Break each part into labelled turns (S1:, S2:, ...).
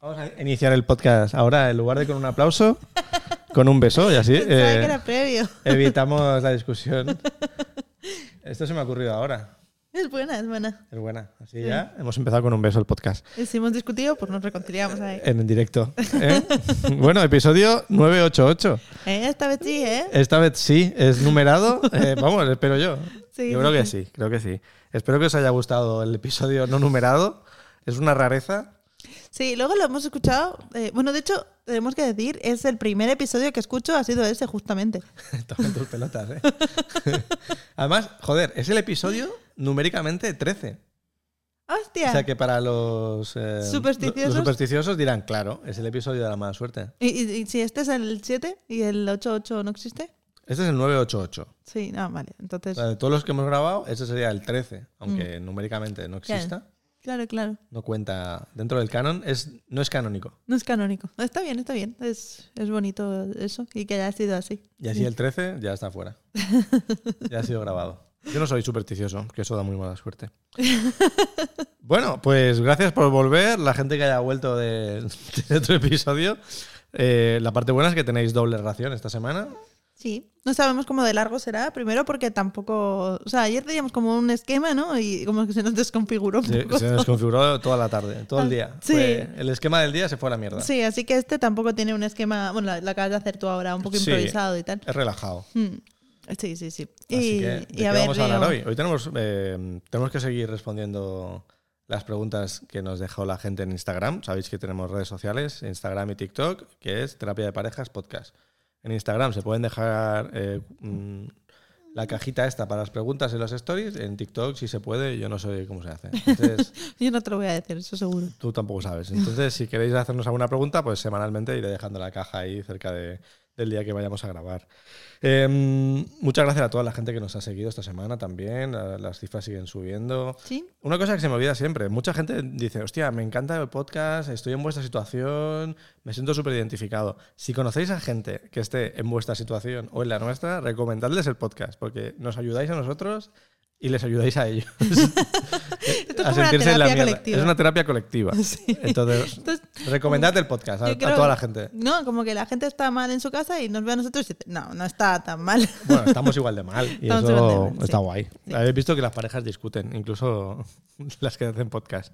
S1: Vamos a iniciar el podcast ahora en lugar de con un aplauso, con un beso y así
S2: Pensaba que
S1: eh,
S2: era previo.
S1: evitamos la discusión. Esto se me ha ocurrido ahora.
S2: Es buena, es buena.
S1: Es buena. Así ya hemos empezado con un beso el podcast
S2: Y Si hemos discutido, pues nos reconciliamos ahí.
S1: en directo. ¿eh? bueno, episodio 988.
S2: Eh, esta vez sí, ¿eh?
S1: Esta vez sí, es numerado. Eh, vamos, espero yo.
S2: Sí,
S1: yo creo
S2: sí,
S1: que sí, creo que sí. Espero que os haya gustado el episodio no numerado. Es una rareza.
S2: Sí, luego lo hemos escuchado. eh, bueno, de hecho, tenemos que decir, es el primer episodio que escucho, ha sido ese justamente.
S1: Tocan tus pelotas, ¿eh? Además, joder, es el episodio numéricamente 13.
S2: ¡Hostia!
S1: O sea que para los, eh,
S2: Supersticiosos.
S1: los supersticiosos dirán, claro, es el episodio de la mala suerte.
S2: ¿Y, y- y si este es el 7 y el 8-8 no existe?
S1: Este es el 988.
S2: Sí, no, vale.
S1: O
S2: Entonces,
S1: sea, de todos los que hemos grabado, este sería el 13, aunque numéricamente no
S2: Mm. Claro.
S1: exista.
S2: claro, claro.
S1: No cuenta dentro del canon, es, no es canónico.
S2: No es canónico. Está bien, está bien. Es, es bonito eso y que haya sido así.
S1: Y así el 13 ya está fuera. Ya ha sido grabado. Yo no soy supersticioso, que eso da muy mala suerte. Bueno, pues gracias por volver. La gente que haya vuelto de, de otro episodio. Eh, la parte buena es que tenéis doble ración esta semana.
S2: Sí, no sabemos cómo de largo será, primero porque tampoco, o sea, ayer teníamos como un esquema, ¿no? Y como que se nos desconfiguró un
S1: Se,
S2: poco.
S1: se nos configuró toda la tarde, todo el día.
S2: Ah, Sí.
S1: Fue- el esquema del día se fue a la mierda.
S2: Sí, así que este tampoco tiene un esquema, bueno, lo, lo acabas de hacer tú ahora, un poco
S1: Sí.
S2: improvisado y tal.
S1: Es relajado.
S2: Mm, Sí, sí, sí.
S1: Así
S2: y,
S1: que, ¿de
S2: y
S1: qué vamos a hablar hoy? Hoy tenemos, eh, tenemos que seguir respondiendo las preguntas que nos dejó la gente en Instagram. Sabéis que tenemos redes sociales, Instagram y TikTok, que es Terapia de Parejas Podcast. En Instagram se pueden dejar eh, mm, la cajita esta para las preguntas en los stories. En TikTok, si se puede, yo no sé cómo se hace. Entonces,
S2: Yo no te lo voy a decir, eso seguro.
S1: tú tampoco sabes. Entonces, si queréis hacernos alguna pregunta, pues semanalmente iré dejando la caja ahí cerca de- del día que vayamos a grabar. Eh, muchas gracias a toda la gente que nos ha seguido esta semana también. La- Las cifras siguen subiendo.
S2: Sí,
S1: Una cosa que se me olvida siempre, mucha gente dice, hostia, me encanta el podcast, estoy en vuestra situación, me siento súper identificado. Si conocéis a gente que esté en vuestra situación o en la nuestra, recomendadles el podcast, porque nos ayudáis a nosotros y les ayudáis a ellos.
S2: Esto es como una terapia
S1: mierda.
S2: colectiva.
S1: Es una terapia colectiva.
S2: Sí.
S1: Entonces,
S2: entonces
S1: recomendad el podcast a,
S2: yo
S1: a
S2: creo-
S1: toda la gente.
S2: No, como que la gente está mal en su casa y nos ve a nosotros y dice, no, no está tan mal.
S1: Bueno, estamos igual de mal y
S2: Estamos igual de
S1: eso
S2: mal, sí.
S1: está guay. Habéis visto que las parejas discuten, incluso las que hacen podcast.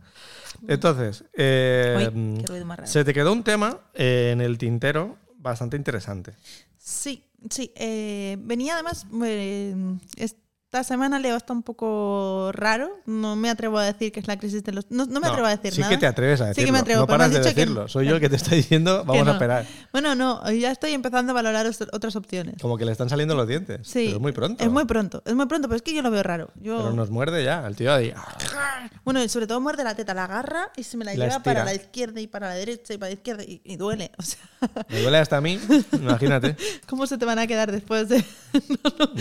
S1: Entonces, eh,
S2: Uy, qué ruido más raro.
S1: se te quedó un tema eh, en el tintero bastante interesante.
S2: Sí, sí. eh, venía además, eh, esta semana Leo está un poco raro. No me atrevo a decir que es la crisis de los... No, no me atrevo a decir
S1: sí
S2: nada.
S1: que te atreves a
S2: Sí que
S1: decirlo.
S2: me atrevo,
S1: no
S2: pero me
S1: paras
S2: has
S1: de
S2: dicho que-
S1: decirlo. Soy yo el que te estoy diciendo, vamos
S2: no.
S1: a esperar.
S2: Bueno, no, ya estoy empezando a valorar os- otras opciones.
S1: Como que le están saliendo los dientes.
S2: Sí.
S1: Pero es muy pronto.
S2: Es muy pronto, es muy pronto, pero es que yo lo veo raro. Yo,
S1: Pero nos muerde ya. El tío ahí. Ah,
S2: Bueno, y sobre todo muerde la teta, la agarra y se me la,
S1: Y la
S2: lleva para
S1: estira.
S2: la izquierda y para la derecha y para la izquierda y, y duele. O sea,
S1: Me duele hasta a mí. Imagínate.
S2: ¿cómo se te van a quedar después de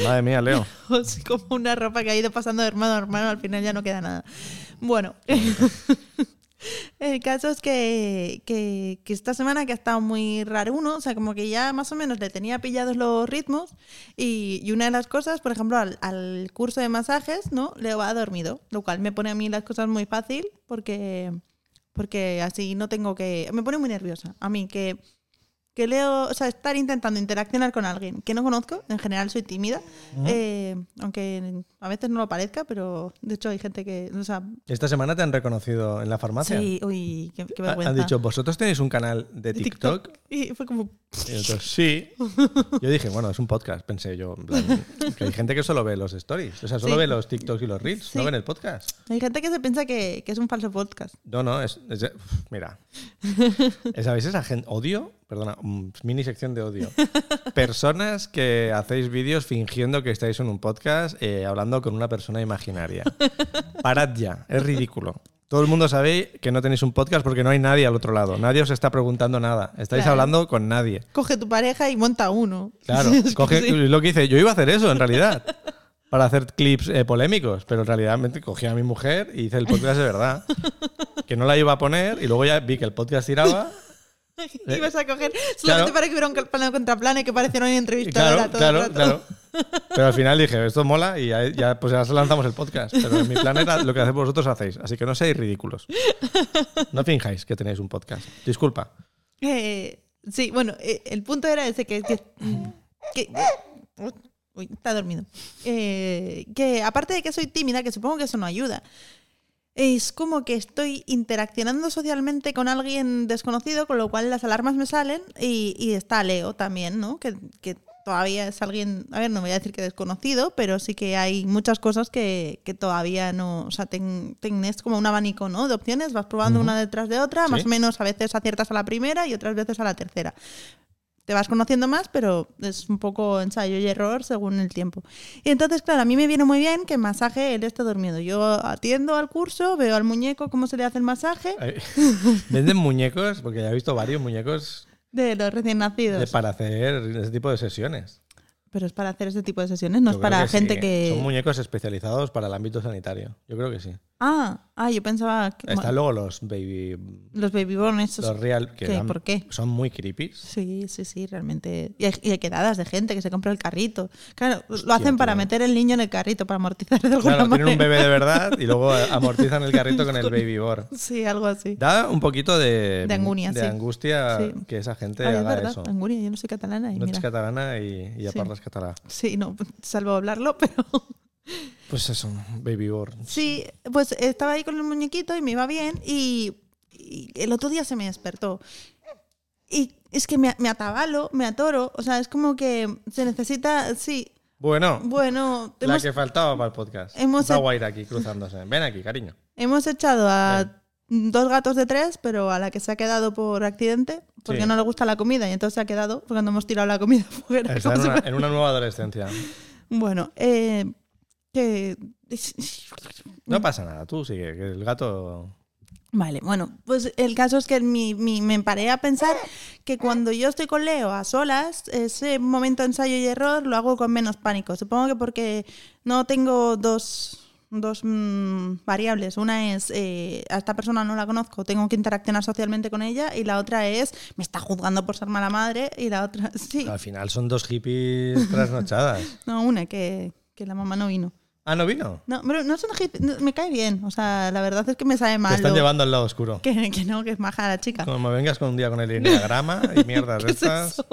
S1: Madre mía, Leo.
S2: Es como una ropa que ha ido pasando de hermano a hermano, al final ya no queda nada. Bueno, el caso es que, que- que esta semana que ha estado muy raro uno, o sea, como que ya más o menos le tenía pillados los ritmos y, y una de las cosas, por ejemplo, al, al curso de masajes, ¿no? Leo va dormido, lo cual me pone a mí las cosas muy fácil porque, porque así no tengo que... Me pone muy nerviosa a mí que... Que Leo, o sea, estar intentando interaccionar con alguien que no conozco, en general soy tímida, eh, aunque a veces no lo parezca, pero de hecho hay gente que. O sea,
S1: Esta semana te han reconocido en la farmacia.
S2: sí, uy, qué, qué
S1: Ha-
S2: vergüenza.
S1: Han dicho, ¿vosotros tenéis un canal de TikTok?
S2: Y fue como.
S1: Y nosotros, sí. Yo dije, bueno, es un podcast, pensé yo. en plan, que hay gente que solo ve los stories. O sea, solo
S2: Sí.
S1: ve los TikToks y los reels. No
S2: Sí.
S1: ven el podcast.
S2: Hay gente que se piensa que, que es un falso podcast.
S1: No, no, es. es- uf, mira. Es a veces la gente. Odio, perdona, mm, mini sección de odio. Personas que hacéis vídeos fingiendo que estáis en un podcast eh, hablando con una persona imaginaria. Parad ya, es ridículo. Todo el mundo sabe que no tenéis un podcast porque no hay nadie al otro lado. Nadie os está preguntando nada. Estáis
S2: Claro.
S1: hablando con nadie.
S2: Coge tu pareja y monta uno.
S1: Claro,
S2: Es que
S1: coge,
S2: sí.
S1: lo que hice, yo iba a hacer eso en realidad, para hacer clips eh, polémicos, pero en realidad me- cogí a mi mujer y hice el podcast de verdad, que no la iba a poner y luego ya vi que el podcast tiraba
S2: Ibas a coger
S1: Eh,
S2: solamente
S1: Claro.
S2: para que hubiera un plano contra plano y que pareciera una
S1: Claro,
S2: entrevistadora todo
S1: claro,
S2: el rato.
S1: claro. Pero al final dije, esto mola y ya, ya, pues ya lanzamos el podcast. Pero en mi planeta lo que hacéis vosotros hacéis. Así que no seáis ridículos. No finjáis que tenéis un podcast. Disculpa.
S2: Eh, sí, bueno, eh, el punto era ese que... que, que- uy, está dormido. Eh, que aparte de que soy tímida, que supongo que eso no ayuda, es como que estoy interaccionando socialmente con alguien desconocido, con lo cual las alarmas me salen y, y está Leo también, ¿no? Que, que todavía es alguien, a ver, no voy a decir que desconocido, pero sí que hay muchas cosas que, que todavía no, o sea, ten- tenés como un abanico, ¿no? De opciones, vas probando
S1: Ujú.
S2: una detrás de otra,
S1: Sí.
S2: más o menos a veces aciertas a la primera y otras veces a la tercera. Te vas conociendo más, pero es un poco ensayo y error según el tiempo. Y entonces, claro, a mí me viene muy bien que masaje él esté dormido. Yo atiendo al curso, veo al muñeco cómo se le hace el masaje
S1: Ay, ¿Venden muñecos? Porque ya he visto varios muñecos
S2: de los recién nacidos.
S1: de- para hacer ese tipo de sesiones.
S2: pero es para hacer ese tipo de sesiones, no
S1: Yo
S2: es
S1: creo
S2: para
S1: que sí. ¿eh?
S2: gente que...
S1: Son muñecos especializados para el ámbito sanitario. Yo creo que sí.
S2: Ah, ah, yo pensaba que...
S1: Están
S2: bueno,
S1: luego los baby.
S2: los babyborn estos...
S1: Los real. Que
S2: ¿Qué?
S1: dan-
S2: ¿Por qué?
S1: Son muy creepy.
S2: Sí, sí, sí, realmente. Y hay, y hay quedadas de gente que se compra el carrito. Claro, lo
S1: Hostia,
S2: hacen para
S1: tío.
S2: meter el niño en el carrito, para amortizar de alguna
S1: Claro, tienen un
S2: manera.
S1: bebé de verdad y luego amortizan el carrito con el baby board.
S2: Sí, algo así.
S1: Da un poquito de,
S2: De angunia,
S1: de
S2: sí.
S1: angustia
S2: Sí.
S1: que esa gente
S2: Ay, Ah, es
S1: haga
S2: verdad,
S1: eso.
S2: Anguria, yo no soy catalana. Y
S1: No
S2: mira.
S1: es catalana y, y
S2: Sí.
S1: parlas catalá.
S2: Sí, no, salvo hablarlo, pero...
S1: Pues eso, baby board.
S2: Sí, pues estaba ahí con el muñequito y me iba bien y, y el otro día se me despertó. Y es que me, me atabalo, me atoro, o sea, es como que se necesita, sí,
S1: Bueno,
S2: bueno,
S1: la
S2: hemos,
S1: que faltaba para el podcast.
S2: hemos
S1: Está
S2: he-
S1: guay aquí cruzándose. Ven aquí, cariño.
S2: hemos echado
S1: Ven.
S2: a dos gatos de tres, pero a la que se ha quedado por accidente, porque
S1: Sí.
S2: no le gusta la comida y entonces se ha quedado porque cuando hemos tirado la comida fuera.
S1: Está en
S2: como si
S1: una,
S2: fuera-
S1: en una nueva adolescencia.
S2: Bueno, eh, que...
S1: No pasa nada, tú sigue, que el gato.
S2: Vale, bueno, pues el caso es que mi- mi- me paré a pensar que cuando yo estoy con Leo a solas, ese momento de ensayo y error lo hago con menos pánico. Supongo que porque no tengo dos, dos, mm, variables. Una es, eh, a esta persona no la conozco, tengo que interaccionar socialmente con ella. Y la otra es, me está juzgando por ser mala madre. Y la otra, sí,
S1: Al final son dos hippies trasnochadas.
S2: no, una, que, que la mamá no vino.
S1: Ah, no vino.
S2: No, pero no es una hippie, no, me cae bien. O sea, la verdad es que me sabe
S1: Te
S2: mal.
S1: están
S2: lo-
S1: llevando al lado oscuro.
S2: Que, que no, que es maja la chica.
S1: Como vengas con un día con el enneagrama y mierdas de
S2: ¿Qué es
S1: estas.
S2: eso?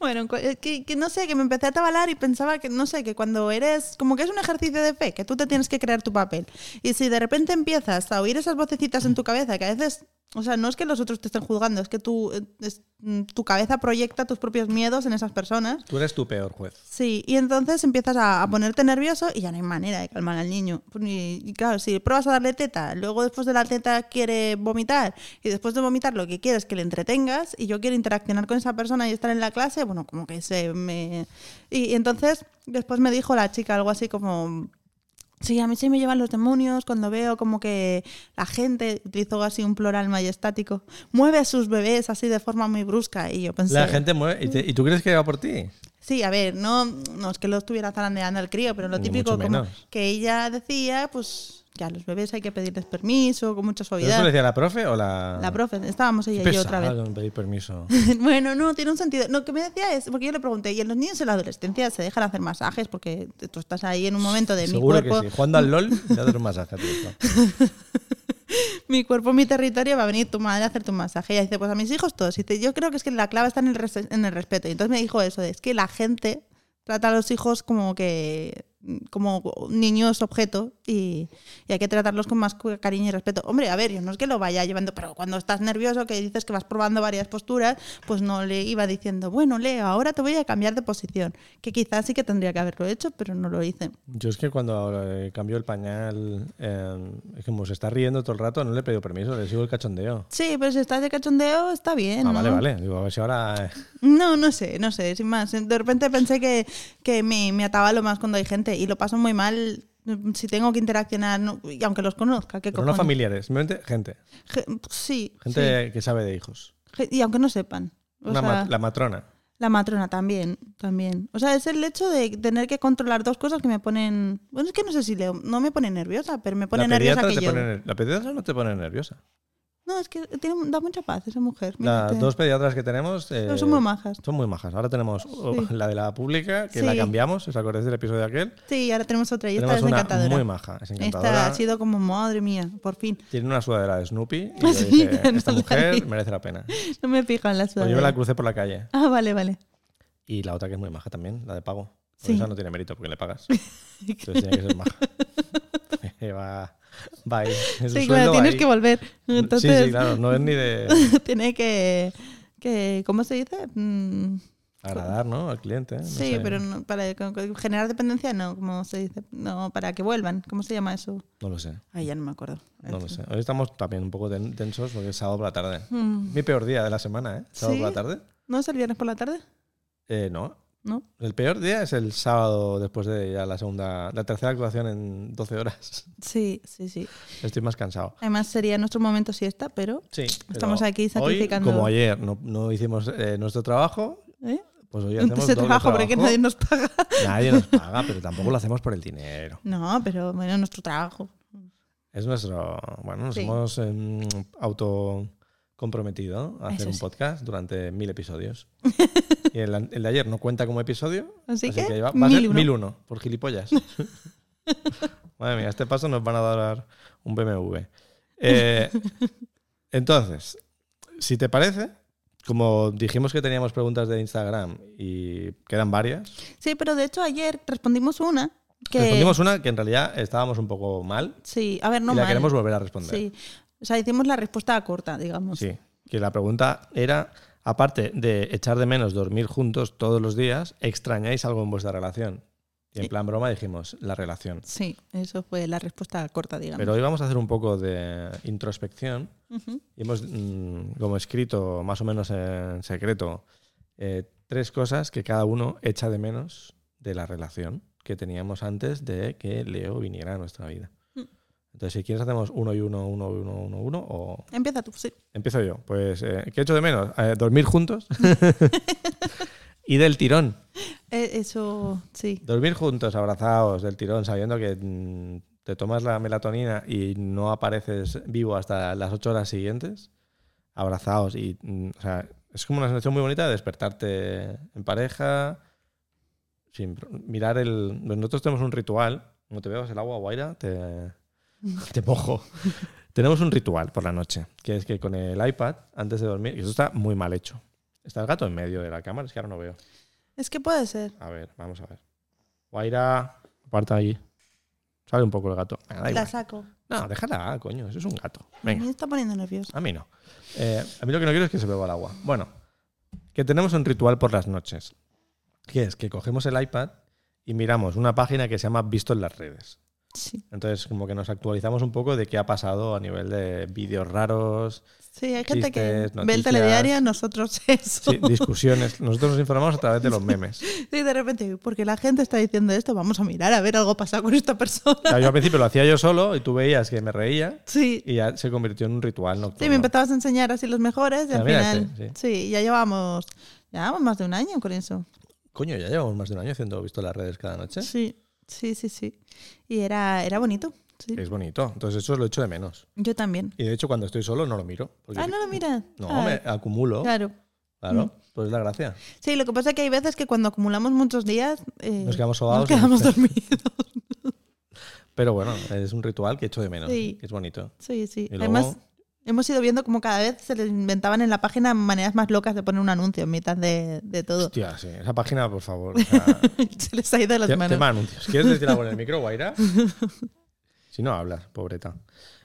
S2: Bueno, cu- eh, que, que no sé, que me empecé a tabalar y pensaba que, no sé, que cuando eres, como que es un ejercicio de fe, que tú te tienes que crear tu papel. Y si de repente empiezas a oír esas vocecitas en tu cabeza, que a veces, o sea, no es que los otros te estén juzgando, es que tú, eh, es- mm, tu cabeza proyecta tus propios miedos en esas personas.
S1: Tú eres tu peor juez.
S2: Sí, y entonces empiezas a, a ponerte nervioso y ya no hay manera de calmar al niño. Pues Y, y claro, si pruebas a darle teta, luego después de la teta quiere vomitar y después de vomitar lo que quieres es que le entretengas y yo quiero interaccionar con esa persona y estar en la clase, bueno, como que se me... Y, y entonces después me dijo la chica algo así como... Sí, a mí sí me llevan los demonios cuando veo como que la gente, utilizó así un plural majestático, mueve a sus bebés así de forma muy brusca y yo pensé...
S1: La gente mueve. ¿Y, te- y tú crees que va por ti?
S2: Sí, a ver, no, no es que lo estuviera zarandeando el crío, pero lo
S1: Ni
S2: típico
S1: mucho
S2: como
S1: menos.
S2: que ella decía, pues que a los bebés hay que pedirles permiso, con mucha
S1: ¿Pero ¿Eso lo
S2: suavidad.
S1: decía la profe o la.?
S2: La profe, estábamos ella y yo
S1: Pesada
S2: otra vez.
S1: con pedir permiso.
S2: bueno, no, tiene un sentido. Lo que me decía es, porque yo le pregunté, ¿y en los niños en la adolescencia se dejan hacer masajes? Porque tú estás ahí en un momento de mi
S1: Seguro que
S2: cuerpo,
S1: sí. Jugando al LOL, ya dar un masaje a tu hijo.
S2: mi cuerpo, mi territorio, va a venir tu madre a hacerte un masaje. Ella dice, pues a mis hijos todos. Y dice, yo creo que es que la clave está en el, res- en el respeto. Y entonces me dijo eso, de, es que la gente trata a los hijos como que como niños objeto y, y hay que tratarlos con más cu- cariño y respeto. Hombre, a ver, yo no es que lo vaya llevando, pero cuando estás nervioso, que dices que vas probando varias posturas, pues no le iba diciendo, bueno, Leo, ahora te voy a cambiar de posición, que quizás sí que tendría que haberlo hecho, pero no lo hice.
S1: Yo es que cuando eh, cambio el pañal, eh, es como se está riendo todo el rato, no le he pedido permiso, le sigo el cachondeo.
S2: Sí, pero si estás de cachondeo, está bien.
S1: Ah, vale,
S2: ¿no?
S1: vale. Digo, a ver si ahora. eh,
S2: No, no sé, no sé, sin más. De repente pensé que, que me, me atabalo más cuando hay gente y lo paso muy mal mm, si tengo que interaccionar, no- y aunque los conozca. ¿qué
S1: Pero no
S2: cojones?
S1: familiares, simplemente gente.
S2: Je- pues sí,
S1: Gente que sabe de hijos.
S2: sí. Je- Y aunque no sepan. O
S1: Una
S2: sea,
S1: ma- la
S2: la...
S1: matrona.
S2: matrona también, también. O sea, es el hecho de tener que controlar dos cosas que me ponen... Bueno, es que no sé si leo, no me pone nerviosa, pero me pone
S1: la
S2: nerviosa
S1: pediatra
S2: que
S1: te
S2: yo...
S1: pone ner- La pediatra no te pone nerviosa.
S2: No, es que tiene, da mucha paz esa mujer.
S1: Las
S2: mírate.
S1: dos pediatras que tenemos. eh,
S2: Son muy majas.
S1: Son muy majas. Ahora tenemos oh,
S2: Sí.
S1: la de la pública, que la
S2: Sí.
S1: cambiamos, ¿os acordáis del episodio de aquel?
S2: Sí, ahora tenemos otra y esta
S1: tenemos
S2: es
S1: una
S2: encantadora.
S1: muy maja, es
S2: Esta
S1: encantadora.
S2: ha sido como, madre mía, por fin.
S1: Tiene una sudadera de Snoopy. Y yo
S2: Sí,
S1: dije,
S2: ya no
S1: esta
S2: la vi".
S1: mujer merece la pena.
S2: No me fijan las
S1: Pues
S2: sudadera.
S1: yo me la crucé por la calle.
S2: Ah, vale, vale.
S1: Y la otra que es muy maja también, la de pago. Pero
S2: Sí.
S1: Esa no tiene mérito porque le pagas. Entonces tiene que ser maja. va, va ahí. Es un
S2: Sí,
S1: sueldo, va
S2: claro, tienes
S1: ahí.
S2: que volver. Entonces,
S1: Sí, sí, claro. No es ni de
S2: tiene que, que- ¿Cómo se dice? Mm,
S1: agradar, ¿no? Al cliente. ¿eh? no
S2: sí,
S1: sé.
S2: pero no- para con- con- generar dependencia, no, ¿cómo se dice? No, para que vuelvan. ¿Cómo se llama eso?
S1: No lo sé.
S2: Ay, ya no me acuerdo.
S1: No lo sé. Hoy estamos también un poco ten- tensos porque es sábado por la tarde.
S2: Mm,
S1: Mi peor día de la semana, ¿eh? Sábado
S2: ¿Sí?
S1: por la tarde.
S2: ¿No es el viernes por la tarde?
S1: Eh, no.
S2: ¿No?
S1: El peor día es el sábado después de ya la segunda, la tercera actuación en 12 horas.
S2: Sí, sí, sí.
S1: Estoy más cansado.
S2: Además sería nuestro momento siesta, pero...
S1: Sí.
S2: Estamos aquí sacrificando.
S1: como ayer no, no hicimos eh, nuestro trabajo,
S2: ¿eh?
S1: pues hoy hacemos
S2: Entonces
S1: doble
S2: trabajo porque
S1: trabajo.
S2: nadie nos paga.
S1: Nadie nos paga, pero tampoco lo hacemos por el dinero.
S2: No, pero bueno, nuestro trabajo.
S1: Es nuestro. Bueno, nos
S2: Sí.
S1: hemos em, autocomprometido a hacer
S2: Eso
S1: un
S2: sí.
S1: podcast durante mil episodios. y el, an- el de ayer no cuenta como episodio,
S2: Así,
S1: así
S2: que,
S1: que va, va a ser
S2: 1001.
S1: 1001, por gilipollas. Madre mía, a este paso nos van a dar un BMW. Eh, entonces, si te parece, como dijimos que teníamos preguntas de Instagram y quedan varias,
S2: Sí, pero de hecho ayer respondimos una que...
S1: respondimos una que en realidad estábamos un poco mal
S2: Sí, a ver, no
S1: y la
S2: mal.
S1: queremos volver a responder.
S2: Sí. O sea, hicimos la respuesta corta, digamos.
S1: Sí, que la pregunta era, aparte de echar de menos dormir juntos todos los días, ¿extrañáis algo en vuestra relación? Y en
S2: Sí.
S1: plan broma dijimos, la relación.
S2: Sí, eso fue la respuesta corta, digamos.
S1: Pero hoy vamos a hacer un poco de introspección.
S2: Ujú.
S1: Y hemos mm, como escrito, más o menos en secreto, eh, tres cosas que cada uno echa de menos de la relación que teníamos antes de que Leo viniera a nuestra vida.
S2: Mm.
S1: Entonces, si quieres, hacemos uno y uno, uno, uno, uno, uno, o
S2: Empieza tú, sí.
S1: Empiezo yo. Pues, eh, ¿qué echo de menos? Eh, dormir juntos. y del tirón.
S2: Eh, eso, sí.
S1: Dormir juntos, abrazados, del tirón, sabiendo que mm, te tomas la melatonina y no apareces vivo hasta las ocho horas siguientes. Abrazados. Y, mm, o sea, es como una sensación muy bonita de despertarte en pareja. Sin pro- mirar el. Nosotros tenemos un ritual. No te bebas el agua, Guaira, te, te mojo. Tenemos un ritual por la noche, que es que con el iPad, antes de dormir, y eso está muy mal hecho. Está el gato en medio de la cámara, es que ahora no veo.
S2: Es que puede ser.
S1: A ver, vamos a ver. Guaira, aparta ahí. Sale un poco el gato. Ah, da
S2: la
S1: igual.
S2: saco.
S1: No, déjala, coño, eso es un gato.
S2: A mí
S1: Venga,
S2: Me está poniendo nerviosa.
S1: a mí no. Eh, a mí lo que no quiero es que se beba el agua. Bueno, que tenemos un ritual por las noches, que es que cogemos el iPad y miramos una página que se llama Visto en las redes.
S2: Sí.
S1: Entonces, como que nos actualizamos un poco de qué ha pasado a nivel de vídeos raros,
S2: Sí, hay gente
S1: Chistes,
S2: que ve el
S1: noticias.
S2: telediario, nosotros eso.
S1: sí,
S2: Sí.
S1: discusiones. Nosotros nos informamos a través de los memes.
S2: de repente, porque la gente está diciendo esto, vamos a mirar a ver algo pasa con esta persona.
S1: Claro, yo al principio lo hacía yo solo y tú veías que me reía
S2: Sí.
S1: y ya se convirtió en un ritual nocturno.
S2: Sí, me empezabas a enseñar así los mejores y
S1: Ah,
S2: al
S1: mira
S2: final.
S1: este,
S2: sí, ya llevamos, ya llevamos más de un año con eso.
S1: Coño, ya llevamos más de un año haciendo visto las redes cada noche.
S2: Sí, sí, sí, sí. Y era, era bonito. Sí.
S1: Es bonito. Entonces, eso lo echo de menos.
S2: Yo también.
S1: Y de hecho, cuando estoy solo no lo miro. porque-
S2: Ah, no lo miras.
S1: No,
S2: Ah,
S1: me acumulo. Claro.
S2: Claro. Mm.
S1: Pues es la gracia.
S2: Sí, lo que pasa es que hay veces que cuando acumulamos muchos días eh,
S1: Nos quedamos sobados.
S2: nos quedamos dormidos.
S1: Pero bueno, es un ritual que echo de menos.
S2: Sí.
S1: Es bonito.
S2: Sí, sí.
S1: Y luego-
S2: Además, hemos ido viendo como cada vez se les inventaban en la página maneras más locas de poner un anuncio en mitad de, de todo.
S1: Hostia, sí. Esa página, por favor. o sea,
S2: se les ha ido de las
S1: Te-
S2: manos.
S1: Tema anuncios. ¿Quieres decir algo en el micro, Guaira? si no, hablas, pobreta.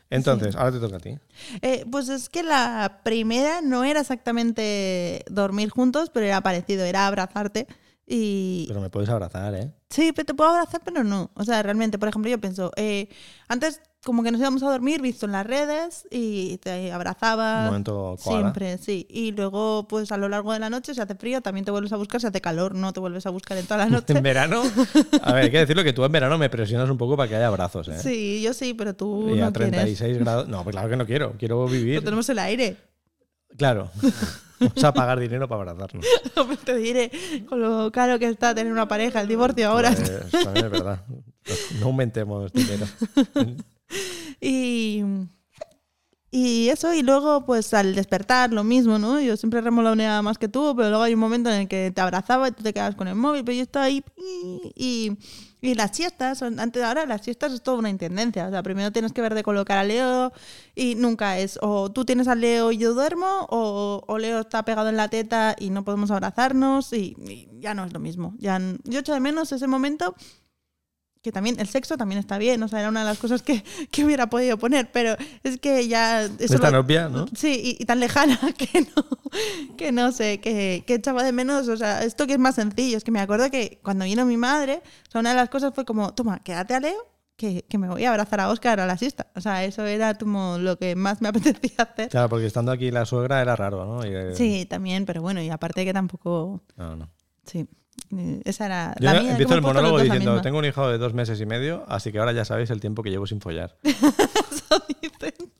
S1: Entonces, ahora te toca a ti.
S2: Eh, pues es que la primera no era exactamente dormir juntos, pero era parecido, era abrazarte. Y
S1: Pero me puedes abrazar, ¿eh?
S2: sí, pero te puedo abrazar, pero no. O sea, realmente, por ejemplo, yo pienso, eh, antes como que nos íbamos a dormir, visto en las redes, y te
S1: Un
S2: abrazabas.
S1: momento koala.
S2: Ah, Siempre, sí. Y luego, pues a lo largo de la noche, si hace frío, también te vuelves a buscar. Si hace calor, no te vuelves a buscar en toda la noche.
S1: En verano, a ver, hay que decirlo que tú en verano me presionas un poco para que haya abrazos, ¿eh?
S2: Sí, yo sí, pero tú
S1: Y a
S2: no quieres.
S1: 36 grados. No, pues claro que no quiero. Quiero vivir.
S2: No tenemos el aire.
S1: Claro. Vamos a pagar dinero para abrazarnos.
S2: te diré con lo caro que está tener una pareja, el divorcio ahora.
S1: Pues, también es verdad. este No aumentemos dinero.
S2: Y, Y eso, y luego, pues al despertar, lo mismo, ¿no? Yo siempre remoloneaba más que tú, pero luego hay un momento en el que te abrazaba y tú te quedabas con el móvil, pero yo estaba ahí. Y, y las siestas, son- antes de ahora, las siestas es toda una intendencia. O sea, primero tienes que ver de colocar a Leo y nunca es o tú tienes a Leo y yo duermo, o, o Leo está pegado en la teta y no podemos abrazarnos, y, y ya no es lo mismo. Ya, n- yo echo de menos ese momento que también el sexo también está bien, o sea, era una de las cosas que, que hubiera podido poner, pero es que ya... eso
S1: es tan
S2: lo-
S1: obvia, ¿no?
S2: Sí, y, y tan lejana que no, que no sé, que, que echaba de menos, o sea, esto que es más sencillo, es que me acuerdo que cuando vino mi madre, o sea, una de las cosas fue como, toma, quédate a Leo, que, que me voy a abrazar a Oscar a la siesta, o sea, eso era como lo que más me apetecía hacer.
S1: Claro, porque estando aquí la suegra era raro, ¿no? Y, eh,
S2: Sí, también, pero bueno, y aparte que tampoco,
S1: No, no.
S2: sí, eh, esa era
S1: Yo
S2: la mía.
S1: empiezo
S2: como
S1: el
S2: he puesto los
S1: monólogo
S2: dos la
S1: diciendo,
S2: misma.
S1: tengo un hijo de dos meses y medio, así que ahora ya sabéis el tiempo que llevo sin follar.
S2: Eso dicen.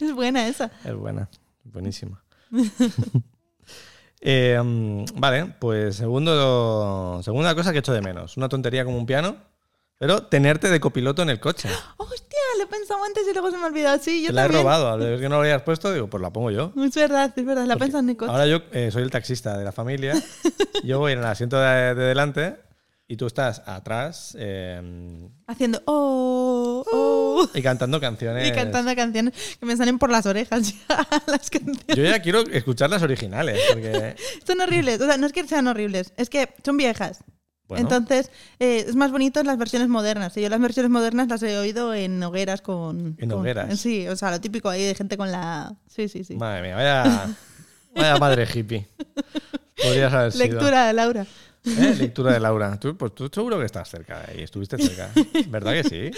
S2: Es buena esa.
S1: Es buena, buenísima. Eh, mm, vale, pues segundo, segunda cosa que echo de menos. Una tontería como un piano, pero tenerte de copiloto en el coche.
S2: Hostia, lo he pensado antes y luego se me ha olvidado. Sí, yo
S1: Te la he
S2: también.
S1: robado, al ver que no lo habías puesto, digo, pues la pongo yo.
S2: Es verdad, es verdad, la he pensado en el coche.
S1: Ahora yo eh, soy el taxista de la familia, yo voy en el asiento de, de delante y tú estás atrás eh,
S2: Haciendo oh, oh.
S1: y cantando canciones.
S2: Y cantando canciones que me salen por las orejas ya las canciones.
S1: Yo ya quiero escuchar las originales, porque
S2: Son horribles. O sea, no es que sean horribles, es que son viejas.
S1: bueno,
S2: Entonces, eh, es más bonito las versiones modernas. Y yo las versiones modernas las he oído en hogueras con.
S1: En
S2: con-
S1: hogueras.
S2: Sí, o sea, lo típico ahí de gente con la. Sí, sí, sí.
S1: madre mía, vaya, vaya madre hippie. Podrías haber sido.
S2: Lectura de Laura.
S1: ¿Eh? Lectura de Laura. Tú, pues tú seguro que estás cerca y estuviste cerca. ¿Verdad que sí?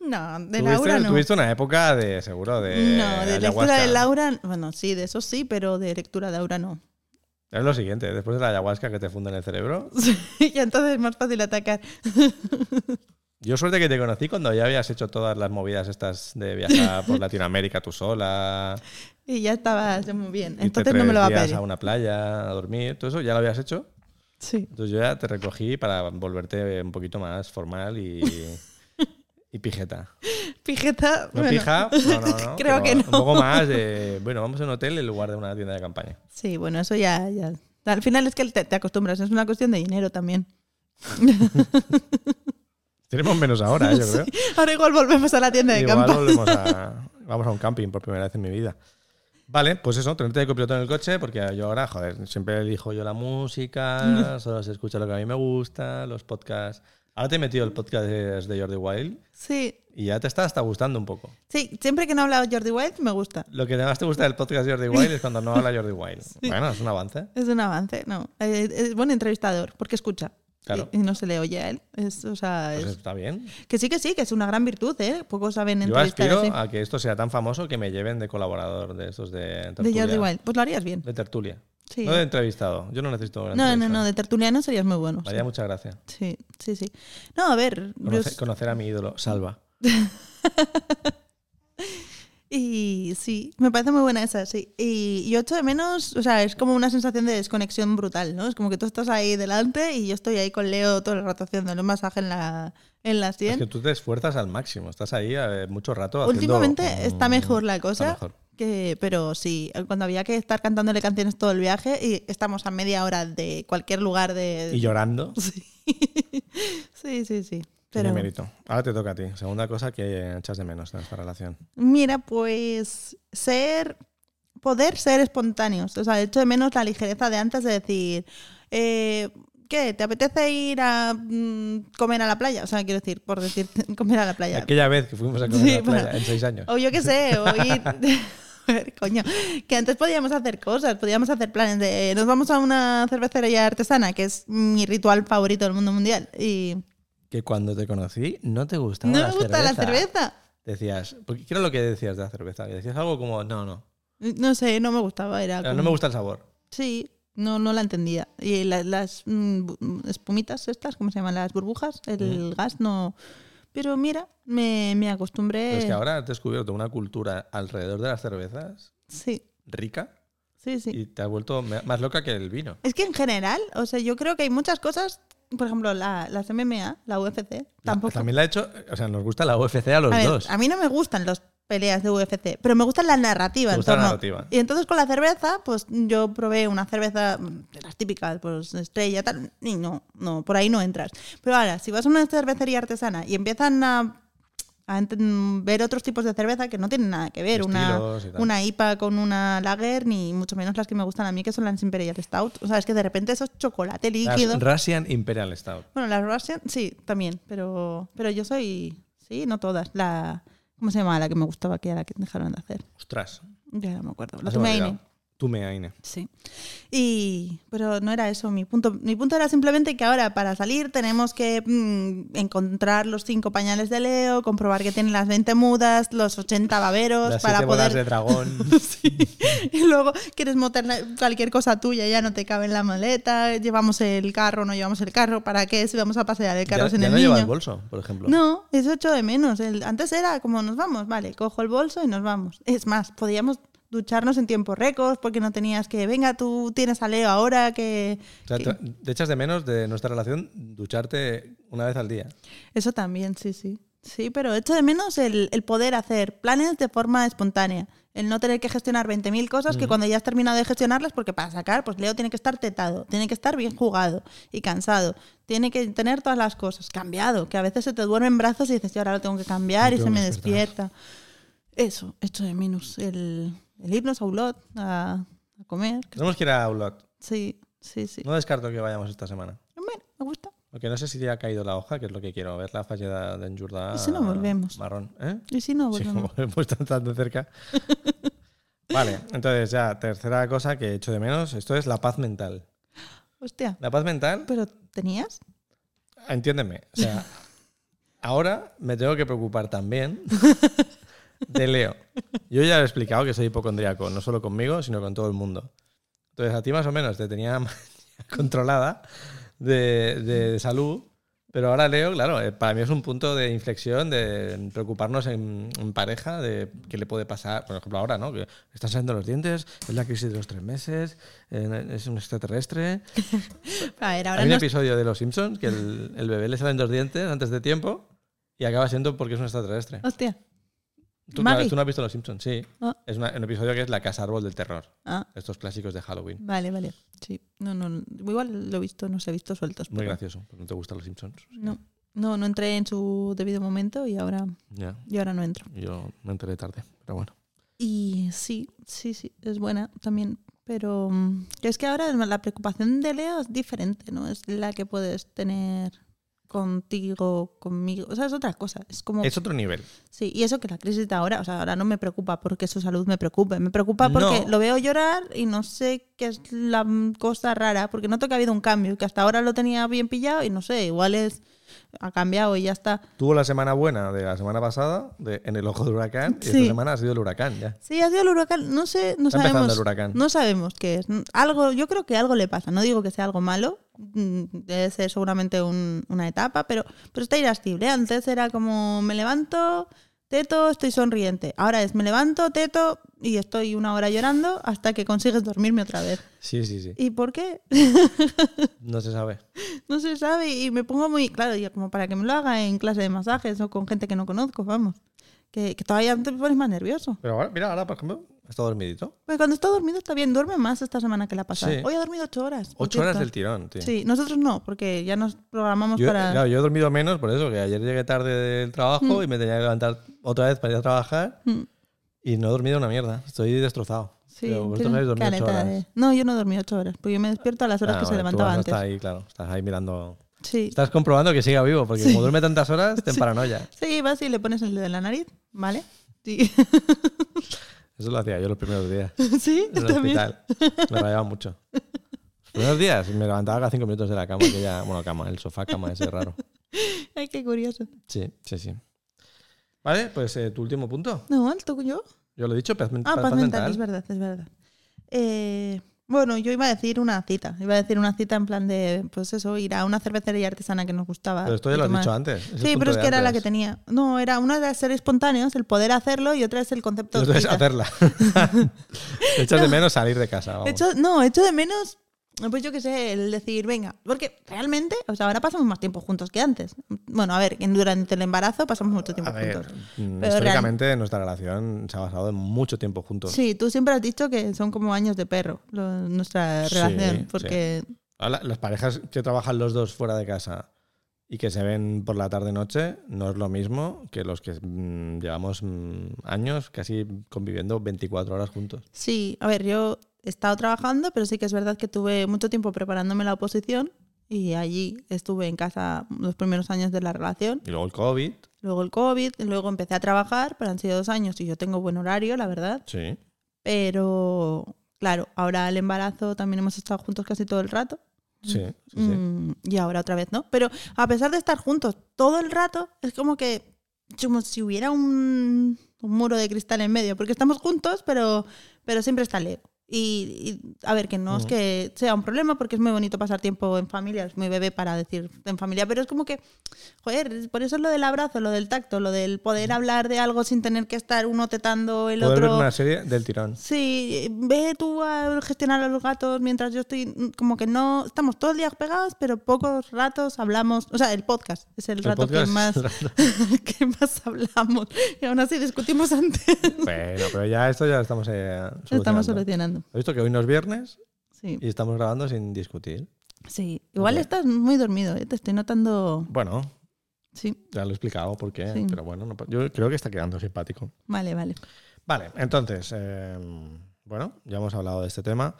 S2: No, de
S1: tuviste,
S2: Laura no.
S1: tuviste una época de seguro de.
S2: No, de lectura
S1: ayahuasca.
S2: de Laura, bueno, sí, de eso sí, pero de lectura de Laura no.
S1: Es lo siguiente, después de la ayahuasca que te funda en el cerebro.
S2: y entonces es más fácil atacar.
S1: Yo suerte que te conocí cuando ya habías hecho todas las movidas estas de viajar por Latinoamérica tú sola.
S2: Y ya estaba muy bien.
S1: irte
S2: Entonces no me lo va a
S1: tres
S2: pedir.
S1: días a una playa, a dormir, todo eso, ya lo habías hecho.
S2: Sí.
S1: Entonces yo ya te recogí para volverte un poquito más formal y, y pijeta.
S2: Pijeta.
S1: No
S2: bueno,
S1: pija, no, no, no.
S2: creo que no.
S1: Un poco más de, bueno, vamos a un hotel en lugar de una tienda de campaña.
S2: Sí, bueno, eso ya, ya. Al final es que te, te acostumbras, es una cuestión de dinero también.
S1: Tenemos menos ahora, ¿eh? yo creo.
S2: Ahora igual volvemos a la tienda de
S1: Igual
S2: campo.
S1: volvemos a, vamos a un camping por primera vez en mi vida. Vale, pues eso, tenerte de copiloto en el coche, porque yo ahora, joder, siempre elijo yo la música, solo se escucha lo que a mí me gusta, los podcasts. Ahora te he metido el podcast de de Jordi Wild
S2: Sí.
S1: y ya te está hasta gustando un poco.
S2: Sí, siempre que no ha hablado Jordi White me gusta.
S1: Lo que más te gusta del podcast de Jordi Wild es cuando no habla Jordi Wild. Bueno, es un avance.
S2: Es un avance, no. Eh, Es, buen entrevistador, porque escucha.
S1: Claro.
S2: Y, y no se le oye a él. Es, o sea,
S1: Pues
S2: es-
S1: está bien.
S2: Que sí, que sí, que es una gran virtud, ¿eh? Pocos saben
S1: Yo
S2: entrevistar
S1: aspiro
S2: así.
S1: a que esto sea tan famoso que me lleven de colaborador de estos de
S2: De
S1: tertulia.
S2: Jordi Wild. Pues lo harías bien.
S1: De tertulia.
S2: Sí.
S1: No de entrevistado. Yo no necesito una
S2: No, no,
S1: entrevista.
S2: no, de tertuliano serías muy bueno.
S1: María, muchas gracias.
S2: Sí, sí, sí. No, a ver, Bruce-
S1: Conocer, conocer a mi ídolo, Salva.
S2: Y sí, me parece muy buena esa, sí. Y yo echo de menos, o sea, es como una sensación de desconexión brutal, ¿no? Es como que tú estás ahí delante y yo estoy ahí con Leo todo el rato haciéndole un masaje en la, en la sien.
S1: Es que tú te esfuerzas al máximo. Estás ahí eh, mucho rato haciendo-
S2: Últimamente está
S1: Mm,
S2: mejor la cosa.
S1: mejor.
S2: Que, pero sí, cuando había que estar cantándole canciones todo el viaje y estamos a media hora de cualquier lugar de...
S1: Y llorando.
S2: Sí, sí, sí. sí.
S1: Tiene
S2: Pero,
S1: mérito. Ahora te toca a ti. Segunda cosa que echas de menos en esta relación.
S2: Mira, pues ser, poder ser espontáneos. O sea, echo de menos la ligereza de antes de decir, eh, ¿qué? ¿Te apetece ir a mm, comer a la playa? O sea, quiero decir, por decir comer a la playa.
S1: Aquella vez que fuimos a comer
S2: Sí,
S1: a la playa,
S2: bueno.
S1: en seis años.
S2: O yo qué sé, o ir... A ver, coño, que antes podíamos hacer cosas, podíamos hacer planes de nos vamos a una cervecería artesana, que es mi ritual favorito del mundo mundial. Y
S1: Que cuando te conocí no te gustaba
S2: no
S1: la
S2: me gusta la cerveza.
S1: Decías, porque ¿qué era lo que decías de la cerveza? Que decías algo como, no, no,
S2: No sé, no me gustaba. Era
S1: no
S2: Ah, como-
S1: me gusta el sabor.
S2: Sí, no, no la entendía. Y la- las mm, bu- mm, espumitas estas, ¿cómo se llaman? Las burbujas, el gas, no... Pero mira, me, me acostumbré...
S1: Pero es que ahora has descubierto una cultura alrededor de las cervezas
S2: Sí,
S1: rica
S2: sí, sí.
S1: y te has vuelto me- más loca que el vino.
S2: Es que en general, o sea, yo creo que hay muchas cosas, por ejemplo, la, las MMA, la UFC,
S1: La-
S2: tampoco...
S1: Eh, También la ha hecho, o sea, nos gusta la UFC a los
S2: a, ver,
S1: dos.
S2: a mí no me gustan los peleas de UFC, pero me gustan las narrativas.
S1: Te
S2: en
S1: gusta la
S2: torno-
S1: narrativa.
S2: Y entonces con la cerveza, pues yo probé una cerveza mm, de las típicas, pues estrella, tal, y no, no, por ahí no entras. Pero ahora, si vas a una cervecería artesana y empiezan a, a ent- mm, ver otros tipos de cerveza que no tienen nada que ver, una,
S1: Estilos y tal.
S2: una IPA con una lager, ni mucho menos las que me gustan a mí, que son las Imperial Stout. O sea, es que de repente eso es chocolate líquido.
S1: Las Russian Imperial Stout.
S2: Bueno, la Russian, sí, también, pero, pero yo soy, sí, no todas. La, ¿Cómo se llama la que me gustaba, que era la que dejaron de hacer?
S1: Ostras.
S2: Ya no me acuerdo. La
S1: se me ha
S2: Tumeini.
S1: olvidado. Tumeaine.
S2: Sí. Y, pero no era eso mi punto. Mi punto era simplemente que ahora para salir tenemos que mm, encontrar los cinco pañales de Leo, comprobar que tiene las 20 mudas, los 80 baberos
S1: Las
S2: para
S1: siete bodas
S2: poder...
S1: de dragón.
S2: Sí. Y luego quieres montar la- cualquier cosa tuya, ya no te cabe en la maleta, llevamos el carro, no llevamos el carro, ¿para qué? Si vamos a pasear el carro
S1: ya
S2: sin
S1: ya
S2: el
S1: no
S2: niño.
S1: lleva el bolso, por ejemplo.
S2: No, eso echo de menos. El- antes era como nos vamos, vale, cojo el bolso y nos vamos. Es más, podíamos ducharnos en tiempos récords porque no tenías que, venga, tú tienes a Leo ahora que...
S1: O sea,
S2: que-".
S1: te, te echas de menos de nuestra relación ducharte una vez al día.
S2: Eso también, sí, sí. Sí, pero echo de menos el, el poder hacer planes de forma espontánea. El no tener que gestionar 20.000 cosas que cuando ya has terminado de gestionarlas, porque para sacar, pues Leo tiene que estar tetado, tiene que estar bien jugado y cansado, tiene que tener todas las cosas, cambiado, que a veces se te duermen brazos y dices, yo ahora lo tengo que cambiar
S1: Lo
S2: y
S1: tengo
S2: se me
S1: que despertar.
S2: despierta. Eso, echo de menos el, el irnos a Ulot a, a comer. que-
S1: Tenemos que ir a Ulot.
S2: Sí, sí, sí.
S1: No descarto que vayamos esta semana.
S2: Bueno, me gusta.
S1: Aunque no sé si ya ha caído la hoja, que es lo que quiero ver, la fallada de Enjurda.
S2: Y si no volvemos.
S1: Marrón, ¿eh?
S2: Y si no,
S1: Sí,
S2: volvemos.
S1: como volvemos tan, tan de cerca. Vale, entonces ya, tercera cosa que echo de menos, esto es la paz mental.
S2: Hostia,
S1: La paz mental,
S2: pero ¿tenías?
S1: entiéndeme, o sea, ahora me tengo que preocupar también de Leo. Yo ya lo he explicado que soy hipocondríaco, no solo conmigo, sino con todo el mundo. Entonces a ti más o menos te tenía controlada de, de- de salud, pero ahora Leo, claro, eh, para mí es un punto de inflexión, de preocuparnos en, en pareja, de qué le puede pasar, por ejemplo ahora, ¿no? Que están saliendo los dientes, es la crisis de los tres meses, eh, es un extraterrestre,
S2: A ver, ahora
S1: hay un
S2: no
S1: episodio de Los Simpsons que el, el bebé le salen dos dientes antes de tiempo y acaba siendo porque es un extraterrestre.
S2: Hostia.
S1: Tú,
S2: Oh, Maggie.
S1: claro, tú no has visto Los Simpsons, sí.
S2: Ah.
S1: Es una- un episodio que es La Casa Árbol del Terror.
S2: Ah,
S1: Estos clásicos de Halloween.
S2: vale, vale. Sí. No, no, no. igual lo he visto, no se he visto sueltos.
S1: Muy
S2: pero
S1: gracioso. porque ¿No te gustan Los Simpsons?
S2: No, no, no entré en su debido momento y ahora,
S1: Ya,
S2: y ahora no entro.
S1: yo me enteré tarde, pero bueno.
S2: Y sí, sí, sí, es buena también. Pero mm, es que ahora la preocupación de Leo es diferente, ¿no? Es la que puedes tener contigo, conmigo. O sea, es otra cosa. Es como.
S1: Es otro nivel.
S2: Sí, y eso que la crisis de ahora, o sea, ahora no me preocupa porque su salud me preocupe, me preocupa porque
S1: No.
S2: lo veo llorar y no sé qué es la mm, cosa rara, porque noto que ha habido un cambio, que hasta ahora lo tenía bien pillado y no sé, igual es, ha cambiado y ya está.
S1: Tuvo la semana buena de la semana pasada de- en el ojo del huracán y esta
S2: Sí.
S1: semana ha sido el huracán ya.
S2: Sí, ha sido el huracán, no sé, no
S1: Está empezando
S2: sabemos.
S1: el huracán.
S2: No sabemos qué es. Algo, yo creo que algo le pasa, no digo que sea algo malo, mm, debe ser seguramente un- una etapa, pero, pero está irascible. Antes era como me levanto, teto, estoy sonriente. Ahora es me levanto, teto y estoy una hora llorando hasta que consigues dormirme otra vez.
S1: Sí, sí, sí.
S2: ¿Y por qué?
S1: No se sabe.
S2: no se sabe y me pongo muy, claro, yo como para que me lo haga en clase de masajes o con gente que no conozco, vamos. Que, que todavía te pones más nervioso.
S1: Pero ahora, mira, ahora, por ejemplo, está dormidito.
S2: Pues cuando está dormido está bien, duerme más esta semana que la pasada.
S1: Sí.
S2: Hoy ha dormido ocho horas. por
S1: Ocho horas
S2: cierto.
S1: del tirón, tío.
S2: Sí, nosotros no, porque ya nos programamos
S1: Yo,
S2: para.
S1: claro, yo he dormido menos por eso, que ayer llegué tarde del trabajo y me tenía que levantar otra vez para ir a trabajar
S2: Mm,
S1: y no he dormido una mierda. Estoy destrozado.
S2: sí,
S1: Pero vosotros
S2: tienes
S1: habéis dormido ocho
S2: caleta
S1: horas.
S2: de- No, yo no dormí ocho horas, porque yo me despierto a las horas
S1: Ah,
S2: que se
S1: vale, tú
S2: levantaba
S1: vas
S2: antes.
S1: hasta ahí, claro. Estás ahí mirando.
S2: Sí.
S1: Estás comprobando que siga vivo, porque como duerme tantas horas, te paranoia.
S2: sí, vas y le pones el dedo en la nariz, ¿vale? Sí,
S1: Eso lo hacía yo los primeros días.
S2: sí
S1: En el
S2: también.
S1: hospital. Me rayaba mucho. Los primeros días me levantaba cada cinco minutos de la cama, que ya, bueno, cama, el sofá, cama, ese raro.
S2: Ay, qué curioso.
S1: Sí, sí, sí. Vale, pues eh, tu último punto.
S2: No, alto yo.
S1: Yo lo he dicho, paz, men-
S2: Ah,
S1: paz
S2: paz mental,
S1: mental.
S2: es verdad, es verdad. Eh, bueno, yo iba a decir una cita. Iba a decir una cita en plan de, pues eso, ir a una cervecería artesana que nos gustaba.
S1: Pero esto
S2: Ah, y
S1: ya lo has
S2: tomar.
S1: dicho antes. es el
S2: Sí,
S1: punto
S2: pero es
S1: de
S2: que era la que
S1: antes.
S2: tenía. No, era una de ser espontáneos, el poder hacerlo, y otra es el concepto
S1: Entonces,
S2: cita.
S1: hacerla. Echas de menos salir de casa. vamos.
S2: Echo- no, echo de menos pues yo qué sé, el decir, venga, porque realmente, o sea, ahora pasamos más tiempo juntos que antes. Bueno, a ver, que durante el embarazo pasamos mucho tiempo
S1: A ver,
S2: juntos.
S1: mm,
S2: Pero
S1: históricamente nuestra relación se ha basado en mucho tiempo juntos.
S2: Sí, tú siempre has dicho que son como años de perro lo- nuestra
S1: Sí,
S2: relación,
S1: sí.
S2: porque
S1: Ahora, las parejas que trabajan los dos fuera de casa y que se ven por la tarde-noche no es lo mismo que los que mm, llevamos mm, años casi conviviendo 24 horas juntos.
S2: Sí, a ver, yo he estado trabajando, pero sí que es verdad que tuve mucho tiempo preparándome la oposición y allí estuve en casa los primeros años de la relación,
S1: Y luego el COVID.
S2: luego el COVID, luego empecé a trabajar, pero han sido dos años y yo tengo buen horario, la verdad,
S1: Sí.
S2: pero claro, ahora el embarazo también hemos estado juntos casi todo el rato.
S1: Sí, sí, sí.
S2: Mm, y ahora otra vez, ¿no? Pero a pesar de estar juntos todo el rato, es como que como si hubiera un, un muro de cristal en medio, porque estamos juntos, pero, pero siempre está Leo. Y, y, a ver, que no es
S1: Ujú.
S2: que sea un problema, porque es muy bonito pasar tiempo en familia, es muy bebé para decir en familia, pero es como que, joder, por eso es lo del abrazo, lo del tacto, lo del poder hablar de algo sin tener que estar uno tetando el
S1: Mm. Poder
S2: otro.
S1: ver una serie del tirón.
S2: Sí, ve tú a gestionar a los gatos mientras yo estoy mm, como que no estamos todos los días pegados, pero pocos ratos hablamos, o sea, el podcast es el,
S1: El
S2: rato que
S1: podcast-
S2: más que más hablamos y aún así discutimos antes.
S1: bueno, pero ya esto ya lo estamos, eh, solucionando.
S2: Estamos solucionando.
S1: ¿Has visto que hoy no es viernes
S2: Sí.
S1: y estamos grabando sin discutir?
S2: Sí, igual
S1: Bien.
S2: estás muy dormido, ¿eh? te estoy notando.
S1: Bueno,
S2: Sí,
S1: ya lo he explicado por qué,
S2: Sí.
S1: pero bueno, no pa- yo creo que está quedando simpático.
S2: vale, vale.
S1: Vale, entonces, eh, bueno, ya hemos hablado de este tema.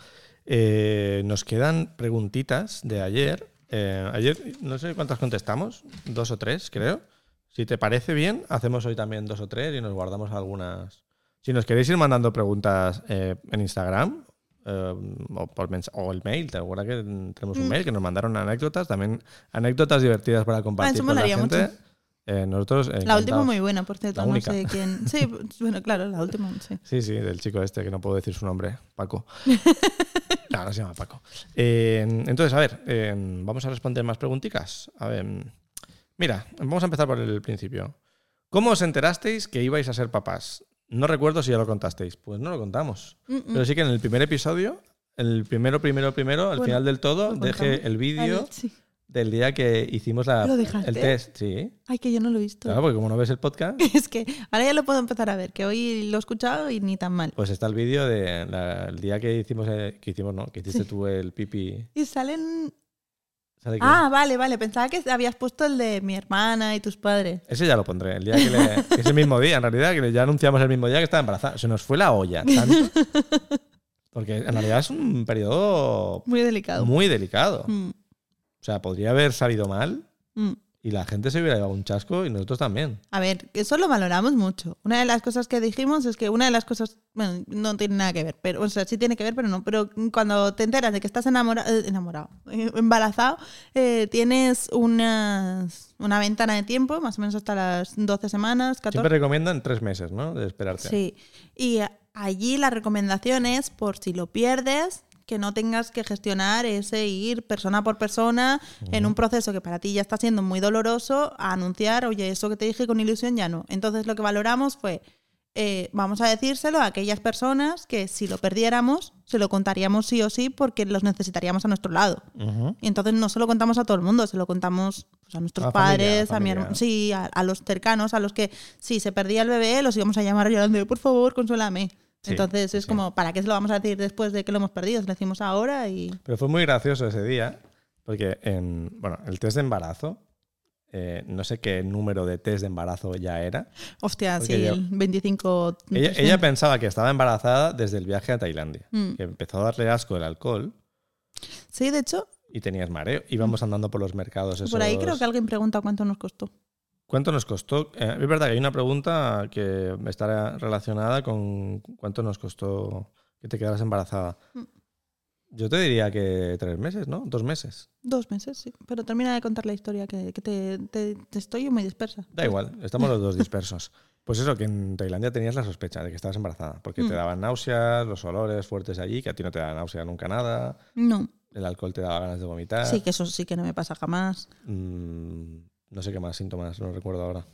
S1: Eh, nos quedan preguntitas de ayer. Eh, ayer, no sé cuántas contestamos, dos o tres, creo. Si te parece bien, hacemos hoy también dos o tres y nos guardamos algunas. Si nos queréis ir mandando preguntas eh, en Instagram eh, o, por mens- o el mail, ¿te acuerdas que mm, tenemos un
S2: Mm.
S1: mail que nos mandaron anécdotas? También anécdotas divertidas para compartir con la
S2: molaría
S1: gente.
S2: mucho.
S1: Eh, nosotros,
S2: La última
S1: encantados.
S2: muy buena, por cierto,
S1: La
S2: no
S1: única.
S2: sé quién. Sí, bueno, claro, la última, sí.
S1: Sí, sí, del chico este, que no puedo decir su nombre, Paco. no, no se llama Paco. Eh, entonces, a ver, eh, vamos a responder más preguntitas. A ver, mira, vamos a empezar por el principio. ¿Cómo os enterasteis que ibais a ser papás? No recuerdo si ya lo contasteis. Pues no lo contamos.
S2: Mm, mm.
S1: Pero sí que en el primer episodio, en el primero, primero, primero, al
S2: Bueno,
S1: final del todo,
S2: lo
S1: dejé
S2: contamos.
S1: el vídeo
S2: Ay, sí.
S1: del día que hicimos la,
S2: ¿Lo dejaste?
S1: el test. Sí,
S2: Ay, que yo no lo he visto.
S1: claro, porque como no ves el podcast,
S2: Es que ahora ya lo puedo empezar a ver, que hoy lo he escuchado y ni tan mal.
S1: Pues está el vídeo del día que hicimos, eh, que hicimos, ¿no? Que hiciste
S2: Sí.
S1: tú el pipi.
S2: Y salen...
S1: ¿Sale quién?
S2: Ah, vale, vale, pensaba que habías puesto el de mi hermana y tus padres.
S1: Ese ya lo pondré, el día que le- que ese mismo día, en realidad, que le- ya anunciamos el mismo día que estaba embarazada. Se nos fue la olla, tanto. Porque en realidad es un periodo
S2: Muy delicado.
S1: muy delicado.
S2: Mm,
S1: O sea, podría haber salido mal
S2: mm.
S1: y la gente se hubiera llevado un chasco y nosotros también.
S2: A ver, eso lo valoramos mucho. Una de las cosas que dijimos es que una de las cosas, bueno, no tiene nada que ver, pero, o sea, sí tiene que ver, pero no. Pero cuando te enteras de que estás enamorado, enamorado, eh, embarazado, eh, tienes unas, una ventana de tiempo, más o menos hasta las 12 semanas, 14.
S1: Siempre recomiendan tres meses, ¿no? De esperarte.
S2: Sí, y a- allí la recomendación es, por si lo pierdes, que no tengas que gestionar ese ir persona por persona en un proceso que para ti ya está siendo muy doloroso, a anunciar, oye, eso que te dije con ilusión ya no. Entonces lo que valoramos fue, eh, vamos a decírselo a aquellas personas que si lo perdiéramos, se lo contaríamos sí o sí porque los necesitaríamos a nuestro lado.
S1: Ujú.
S2: Y entonces no se lo contamos a todo el mundo, se lo contamos pues, a nuestros
S1: A la familia, a la
S2: padres, a mi
S1: familia.
S2: hermano, sí, a, a los cercanos, a los que si se perdía el bebé, los íbamos a llamar llorando, por favor, consuélame.
S1: Sí,
S2: entonces
S1: sí,
S2: es
S1: sí.
S2: como, ¿para qué se lo vamos a decir después de que lo hemos perdido? Se lo decimos ahora y...
S1: Pero fue muy gracioso ese día, porque en, bueno, el test de embarazo, eh, no sé qué número de test de embarazo ya era.
S2: Hostia,
S1: Porque
S2: sí,
S1: yo-
S2: el 25...
S1: Ella, ella pensaba que estaba embarazada desde el viaje a Tailandia,
S2: Mm.
S1: que empezó a darle asco el alcohol
S2: Sí, de hecho,
S1: y tenías mareo. Íbamos andando por los mercados. Esos...
S2: Mm. por ahí creo que alguien pregunta cuánto nos costó.
S1: ¿Cuánto nos costó? Eh, es verdad que hay una pregunta que está relacionada con cuánto nos costó que te quedaras embarazada.
S2: Mm.
S1: Yo te diría que tres meses, ¿no? Dos meses.
S2: Dos meses, sí. Pero termina de contar la historia, que, que te, te- te estoy muy dispersa.
S1: Da igual, estamos los dos dispersos. Pues eso, que en Tailandia tenías la sospecha de que estabas embarazada, porque te
S2: Mm.
S1: daban náuseas, los olores fuertes allí, que a ti no te da náusea nunca nada,
S2: No,
S1: el alcohol te daba ganas de vomitar.
S2: sí, que eso sí que no me pasa jamás.
S1: Mm, no sé qué más síntomas, no recuerdo ahora.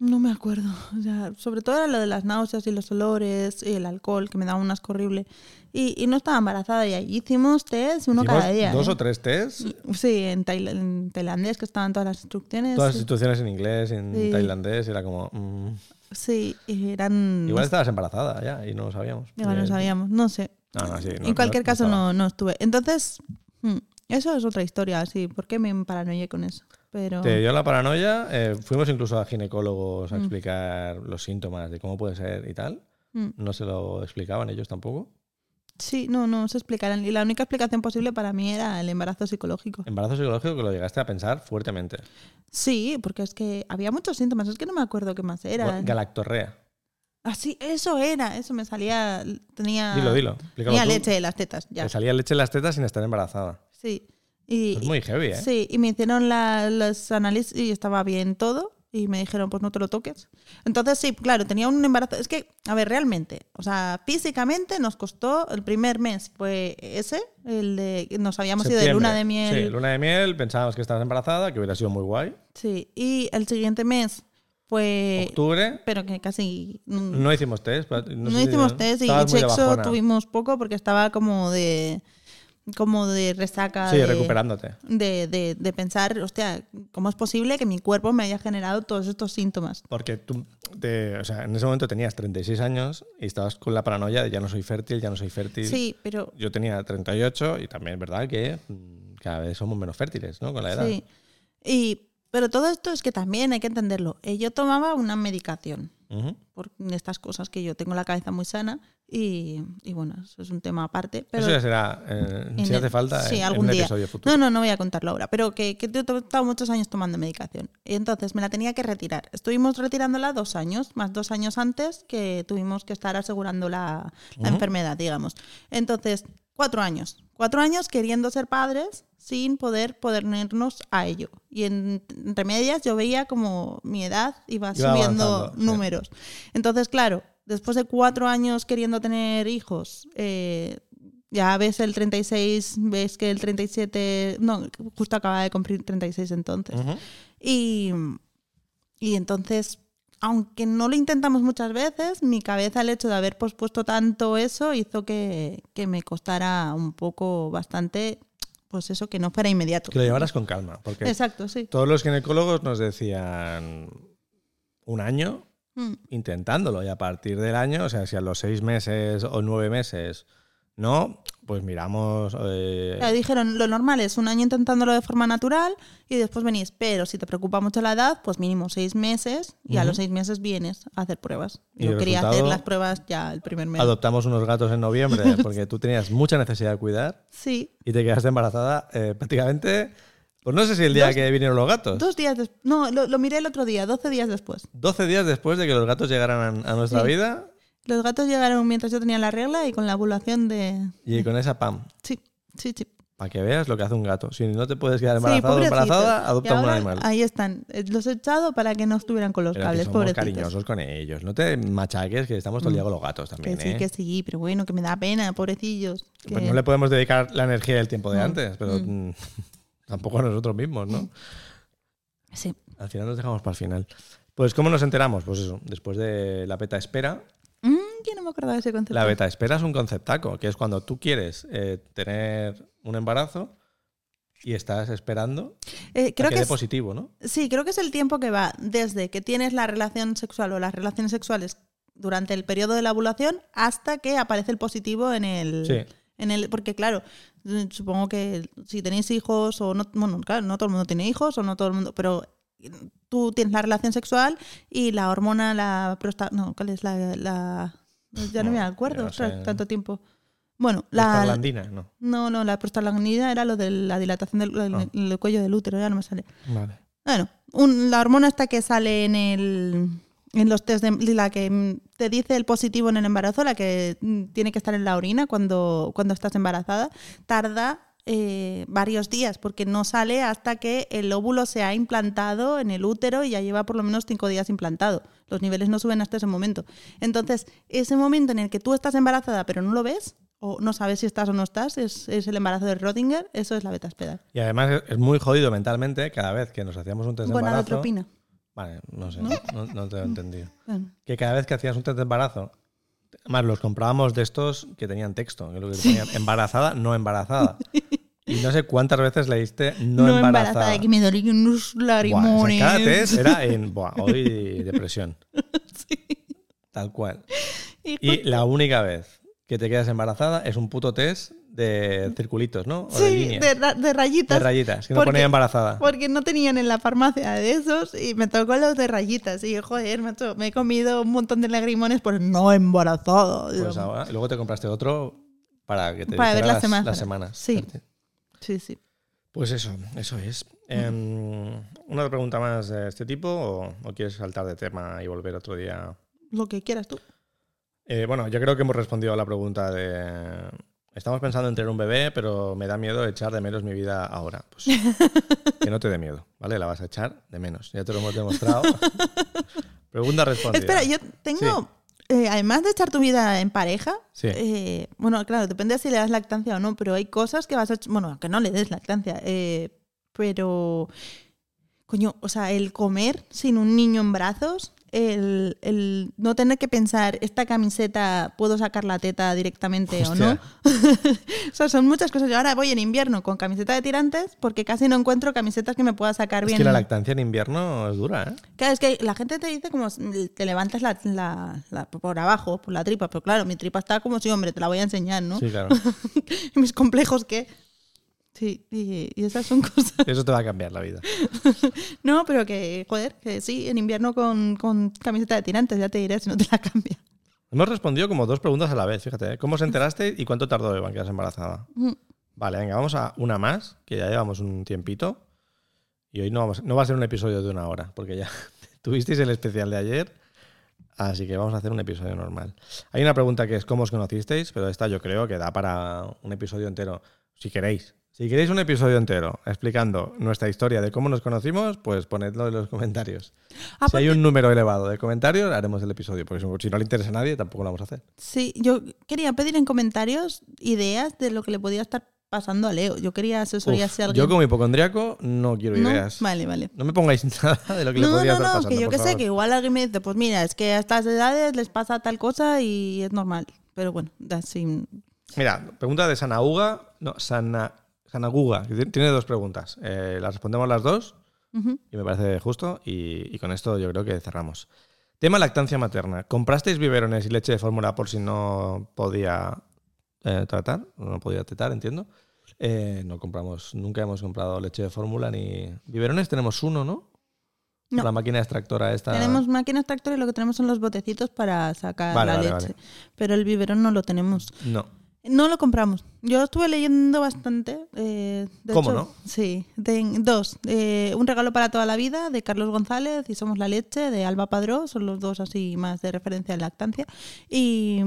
S2: No me acuerdo. O sea, sobre todo era lo de las náuseas y los olores y el alcohol, que me daba un asco horrible. Y, y no estaba embarazada y ahí hicimos test, uno
S1: Hicimos
S2: cada día.
S1: dos
S2: ¿eh?
S1: o tres tests,
S2: Sí, en, tail- en tailandés, que estaban todas las instrucciones.
S1: todas las
S2: sí.
S1: situaciones en inglés, en
S2: Sí.
S1: tailandés, era como... mm.
S2: Sí, y eran...
S1: Igual estabas embarazada ya y no lo sabíamos.
S2: Mm. Igual no
S1: Eh,
S2: sabíamos, no sé.
S1: No, no, sí, no,
S2: en cualquier
S1: no- no
S2: caso
S1: estaba.
S2: no, no estuve. Entonces, mm, eso es otra historia, sí. ¿Por qué me paranoié con eso? Pero...
S1: Te dio la paranoia, eh, fuimos incluso a ginecólogos a explicar los síntomas de cómo puede ser y tal.
S2: Mm.
S1: No se lo explicaban ellos tampoco.
S2: Sí, no, no se explicarán. Y la única explicación posible para mí era el embarazo psicológico.
S1: Embarazo psicológico que lo llegaste a pensar fuertemente.
S2: Sí, porque es que había muchos síntomas, es que no me acuerdo qué más era.
S1: Bueno, Galactorrea.
S2: Así, eso era, eso me salía, tenía,
S1: Dilo, dilo. explícalo
S2: Ah. tenía
S1: tú.
S2: leche de las tetas, ya.
S1: Te salía leche en las tetas sin estar embarazada.
S2: Sí. Y,
S1: Eso es muy heavy, ¿eh?
S2: Sí, y me hicieron la- los análisis y estaba bien todo. Y me dijeron, pues no te lo toques. Entonces, sí, claro, tenía un embarazo. Es que, a ver, realmente, o sea, físicamente nos costó, el primer mes fue ese, el de, nos habíamos ido de luna de
S1: Septiembre.
S2: miel.
S1: Sí, luna de miel, pensábamos que estabas embarazada, que hubiera sido muy guay.
S2: Sí, y el siguiente mes fue...
S1: Octubre,
S2: Pero que casi... Eh, mm, No,
S1: no hicimos test. pero- No, sé si-
S2: hicimos test y
S1: estabas muy de
S2: sexo
S1: bajona.
S2: tuvimos poco porque estaba como de... Como de resaca.
S1: Sí,
S2: de,
S1: recuperándote.
S2: De, de- de pensar, hostia, ¿cómo es posible que mi cuerpo me haya generado todos estos síntomas?
S1: Porque tú, te- o sea, en ese momento tenías 36 años y estabas con la paranoia de ya no soy fértil, ya no soy fértil.
S2: Sí, pero...
S1: Yo tenía 38 y también es verdad que mm, cada vez somos menos fértiles, ¿no? Con la edad.
S2: Sí. Y, pero todo esto es que también hay que entenderlo. Eh, Yo tomaba una medicación.
S1: Ujú.
S2: por estas cosas que yo tengo la cabeza muy sana y, y bueno, eso es un tema aparte. Pero
S1: Eso ya será, eh,
S2: en
S1: si
S2: el-
S1: hace falta,
S2: sí,
S1: en- en
S2: algún
S1: un
S2: día.
S1: episodio futuro.
S2: No, no, no voy a contarlo ahora, pero que, que yo he estado muchos años tomando medicación. Y entonces me la tenía que retirar. Estuvimos retirándola dos años, más dos años antes que tuvimos que estar asegurando la, la
S1: Ujú.
S2: enfermedad, digamos. Entonces, cuatro años. Cuatro años queriendo ser padres sin poder ponernos a ello. Y en- entre medias yo veía como mi edad iba,
S1: Iba
S2: subiendo
S1: avanzando, sí.
S2: números. Entonces, claro, después de cuatro años queriendo tener hijos, eh, ya ves el 36, ves que el 37, no, justo acababa de cumplir 36 entonces.
S1: Ujú.
S2: Y, y entonces, aunque no lo intentamos muchas veces, mi cabeza, el hecho de haber pospuesto tanto eso, hizo que, que me costara un poco bastante, pues eso, que no fuera inmediato.
S1: Que lo llevaras con calma, porque
S2: Exacto, sí.
S1: todos los ginecólogos nos decían un año
S2: Mm,
S1: intentándolo y a partir del año, o sea, si a los seis meses o nueve meses no, pues miramos... eh,
S2: Claro, dijeron, lo normal es un año intentándolo de forma natural y después venís, pero si te preocupa mucho la edad, pues mínimo seis meses y a
S1: Ujú.
S2: los seis meses vienes a hacer pruebas.
S1: ¿Y
S2: Yo
S1: el
S2: quería hacer
S1: resultado?
S2: las pruebas ya el primer mes.
S1: adoptamos unos gatos en noviembre porque tú tenías mucha necesidad de cuidar
S2: Sí,
S1: y te quedaste embarazada eh, prácticamente, pues no sé si el día
S2: Dos-
S1: que vinieron los gatos,
S2: dos días después, no, lo, lo miré el otro día, 12 días después.
S1: 12 días después de que los gatos llegaran a, a nuestra
S2: Sí.
S1: vida
S2: Los gatos llegaron mientras yo tenía la regla y con la ovulación de...
S1: y con esa pam.
S2: Sí, sí, sí.
S1: Para que veas lo que hace un gato. Si no te puedes quedar
S2: Sí,
S1: embarazado o
S2: pobrecitos.
S1: embarazada,
S2: Y
S1: adopta un
S2: ahora
S1: animal.
S2: Ahí están. Eh, Los he echado para que no estuvieran con los
S1: Pero que
S2: cables,
S1: somos
S2: pobrecitos. Mm.
S1: cariñosos con ellos. No te machaques que estamos todo el día con los gatos
S2: Que
S1: también.
S2: sí,
S1: ¿eh?
S2: que sí, pero bueno, que me da pena, pobrecillos. Que...
S1: Pues no le podemos dedicar la energía y el tiempo de antes, pero mm, tampoco a nosotros mismos,
S2: Mm.
S1: ¿no?
S2: Sí.
S1: Al final nos dejamos para el final. Pues, ¿cómo nos enteramos? Pues eso, después de la beta espera.
S2: Mm, yo no me acordaba de ese concepto.
S1: La beta espera es un conceptaco, que es cuando tú quieres eh, tener un embarazo y estás esperando
S2: Eh,
S1: a
S2: creo
S1: que,
S2: que
S1: dé
S2: es-
S1: positivo, ¿no?
S2: Sí, creo que es el tiempo que va desde que tienes la relación sexual o las relaciones sexuales durante el periodo de la ovulación hasta que aparece el positivo en el...
S1: Sí.
S2: En el, porque claro, eh, supongo que si tenéis hijos o no, bueno, claro, no todo el mundo tiene hijos o no todo el mundo, pero eh, tú tienes la relación sexual y la hormona, la prosta, no, ¿cuál es la, la- ya no me
S1: No,
S2: acuerdo,
S1: yo no
S2: ostras,
S1: sé.
S2: tanto tiempo. Bueno,
S1: La
S2: la,
S1: ¿no?
S2: no, no, la prostaglandina era lo de la dilatación del el-
S1: Ah.
S2: el cuello del útero, ya no me sale.
S1: Vale.
S2: Bueno, un- la hormona hasta que sale en el en los test de la que mm, te dice el positivo en el embarazo, la que mm, tiene que estar en la orina cuando, cuando estás embarazada, tarda eh, varios días porque no sale hasta que el óvulo se ha implantado en el útero y ya lleva por lo menos cinco días implantado. Los niveles no suben hasta ese momento. Entonces, ese momento en el que tú estás embarazada pero no lo ves o no sabes si estás o no estás, es, es el embarazo de Rödinger, eso es la beta espera.
S1: Y además es- es muy jodido mentalmente cada vez que nos hacíamos un test de embarazo.
S2: Gonadotropina.
S1: Vale, no sé, no, no te lo he entendido.
S2: Bueno,
S1: Que cada vez que hacías un test de embarazo, además los comprábamos de estos que tenían texto, que lo que ponían embarazada, no embarazada. Y no sé cuántas veces leíste no,
S2: no
S1: embarazada.
S2: embarazada, que me dolí unos
S1: Buah, o
S2: lagrimones.
S1: sea, cada test era en, buah, hoy depresión. Tal cual.
S2: Y
S1: Y la única vez que te quedas embarazada es un puto test de circulitos, ¿no? O de
S2: pues, Sí,
S1: líneas.
S2: de, ra- de rayitas.
S1: De rayitas, que no
S2: Porque-
S1: ponía embarazada.
S2: Porque no tenían en la farmacia de esos y me tocó los de rayitas. Y joder, macho, me he comido un montón de lagrimones por no embarazado.
S1: Pues ahora- luego te compraste otro para que te
S2: Para ver
S1: dijera
S2: las
S1: las,
S2: semanas.
S1: las semanas.
S2: Sí. Sí, sí.
S1: Pues eso, eso es. Em, ¿Una pregunta más de este tipo o, o quieres saltar de tema y volver otro día?
S2: Lo que quieras tú.
S1: Eh, bueno, yo creo que hemos respondido a la pregunta de... Estamos pensando en tener un bebé, pero me da miedo echar de menos mi vida ahora. Pues que no te dé miedo, ¿vale? La vas a echar de menos. Ya te lo hemos demostrado. pregunta respondida.
S2: Espera, yo tengo. eh, además de echar tu vida en pareja,
S1: Sí.
S2: eh, bueno, claro, depende de si le das lactancia o no, pero hay cosas que vas a. ech- Bueno, que no le des lactancia, eh, pero. Coño, o sea, el comer sin un niño en brazos, el, el no tener que pensar, esta camiseta puedo sacar la teta directamente o no.
S1: Hostia.
S2: O sea, son muchas cosas. Yo ahora voy en invierno con camiseta de tirantes porque casi no encuentro camisetas que me pueda sacar
S1: Es
S2: bien.
S1: que la lactancia en invierno es dura, ¿eh?
S2: Claro, es que la gente te dice como s- te levantas la, la- la- por abajo, por la tripa, pero claro, mi tripa está como si, hombre, te la voy a enseñar, ¿no?
S1: Sí, claro.
S2: Mis complejos que... Sí, y, y esas son cosas.
S1: Eso te va a cambiar la vida.
S2: No, pero que, joder, que sí, en invierno con, con camiseta de tirantes, ya te diré si no te la cambia.
S1: Hemos respondido como dos preguntas a la vez, fíjate. ¿eh? ¿Cómo os enteraste y cuánto tardó Eva en quedarse embarazada?
S2: Mm.
S1: Vale, venga, vamos a una más, que ya llevamos un tiempito. Y hoy no, vamos, no va a ser un episodio de una hora, porque ya tuvisteis el especial de ayer, así que vamos a hacer un episodio normal. Hay una pregunta que es cómo os conocisteis, pero esta yo creo que da para un episodio entero, si queréis. Si queréis un episodio entero explicando nuestra historia de cómo nos conocimos, pues ponedlo en los comentarios.
S2: Ah,
S1: si hay un número elevado de comentarios, haremos el episodio, porque si no le interesa a nadie, tampoco lo vamos a hacer.
S2: Sí, yo quería pedir en comentarios ideas de lo que le podía estar pasando a Leo. Yo quería asesoría
S1: Uf,
S2: si alguien...
S1: yo como hipocondriaco no quiero
S2: ¿No?
S1: ideas.
S2: Vale, vale.
S1: No me pongáis nada de lo que le
S2: No,
S1: podría
S2: no,
S1: estar
S2: no,
S1: pasando.
S2: que yo
S1: por
S2: que sé,
S1: favor.
S2: que igual alguien me dice, pues mira, es que a estas edades les pasa tal cosa y es normal. Pero bueno, así.
S1: Mira, pregunta de Sanauga. No, Sana, Sanaguga. que ti- Tiene dos preguntas. Eh, las respondemos las dos
S2: Ujú.
S1: y me parece justo. Y, y con esto yo creo que cerramos. Tema lactancia materna. ¿Comprasteis biberones y leche de fórmula por si no podía eh, tratar? No podía tetar, entiendo. Eh, no compramos, nunca hemos comprado leche de fórmula ni. Biberones tenemos uno, ¿no?
S2: No.
S1: La máquina extractora esta.
S2: Tenemos máquinas tractores y lo que tenemos son los botecitos para sacar
S1: Vale,
S2: la
S1: vale,
S2: leche.
S1: vale.
S2: Pero el biberón no lo tenemos.
S1: No.
S2: No lo compramos. Yo estuve leyendo bastante. eh, de
S1: ¿Cómo
S2: hecho,
S1: no?
S2: Sí. Ten- dos. eh, un regalo para toda la vida de Carlos González y Somos la Leche de Alba Padró. Son los dos así más de referencia en lactancia. Y,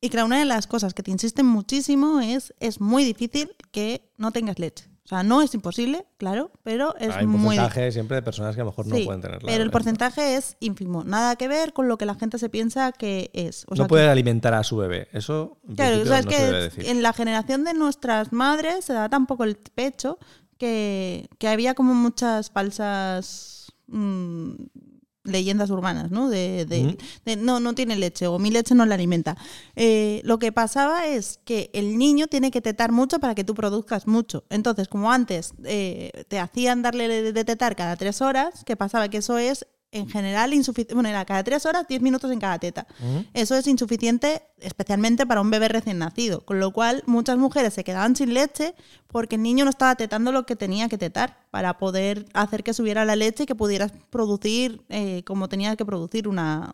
S2: y claro, una de las cosas que te insisten muchísimo es es muy difícil que no tengas leche. O sea, no es imposible, claro, pero es
S1: Hay un
S2: muy difícil.
S1: porcentaje siempre de personas que a lo mejor
S2: Sí,
S1: no pueden tenerla. Eh,
S2: pero el porcentaje es ínfimo. Nada que ver con lo que la gente se piensa que es. O sea,
S1: no
S2: que-
S1: puede alimentar a su bebé. Eso en
S2: Claro, o
S1: principio,
S2: sea, es
S1: no se debe
S2: que
S1: decir.
S2: en la generación de nuestras madres se da tan poco el pecho que, que había como muchas falsas mm, leyendas urbanas, ¿no? De, de-
S1: Ujú.
S2: de, no, no tiene leche o mi leche no la alimenta. Eh, lo que pasaba es que el niño tiene que tetar mucho para que tú produzcas mucho. Entonces, como antes eh, te hacían darle de, de tetar cada tres horas, que pasaba que eso es en general insuficiente. Bueno, era cada tres horas, diez minutos en cada teta.
S1: Ujú.
S2: Eso es insuficiente, especialmente para un bebé recién nacido, con lo cual muchas mujeres se quedaban sin leche porque el niño no estaba tetando lo que tenía que tetar para poder hacer que subiera la leche y que pudieras producir eh, como tenía que producir una...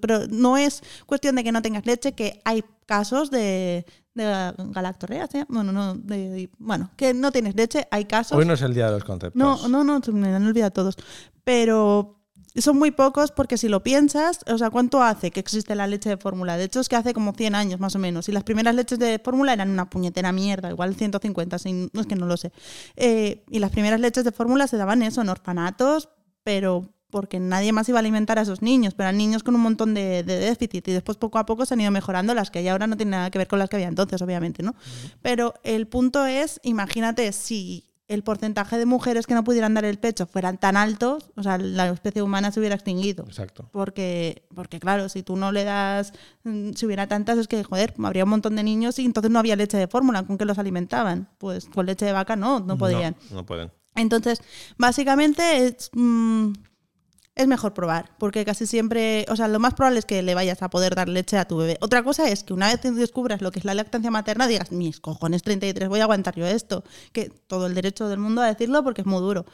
S2: Pero no es cuestión de que no tengas leche, que hay casos de, de galactorrea, ¿sí? bueno, no, de- bueno, que no tienes leche, hay casos...
S1: Hoy no es el día de los conceptos.
S2: No, no, no, se me han olvidado todos. Pero son muy pocos porque si lo piensas, o sea, ¿cuánto hace que existe la leche de fórmula? De hecho, es que hace como 100 años más o menos. Y las primeras leches de fórmula eran una puñetera mierda, igual 150, sin- no es que no lo sé. Eh, y las primeras leches de fórmula se daban eso, en orfanatos, pero porque nadie más iba a alimentar a esos niños, pero eran niños con un montón de, de déficit y después poco a poco se han ido mejorando las que hay ahora no tienen nada que ver con las que había entonces, obviamente, ¿no? Pero el punto es, imagínate si el porcentaje de mujeres que no pudieran dar el pecho fueran tan altos, o sea, la especie humana se hubiera extinguido.
S1: Exacto.
S2: Porque, porque claro, si tú no le das, mm, si hubiera tantas, es que, joder, habría un montón de niños y entonces no había leche de fórmula, ¿con qué los alimentaban? Pues con leche de vaca no, no podían.
S1: No, no pueden.
S2: Entonces, básicamente es, mm, es mejor probar, porque casi siempre, o sea, lo más probable es que le vayas a poder dar leche a tu bebé. Otra cosa es que una vez que descubras lo que es la lactancia materna, digas, mis cojones 33, voy a aguantar yo esto, que todo el derecho del mundo a decirlo porque es muy duro.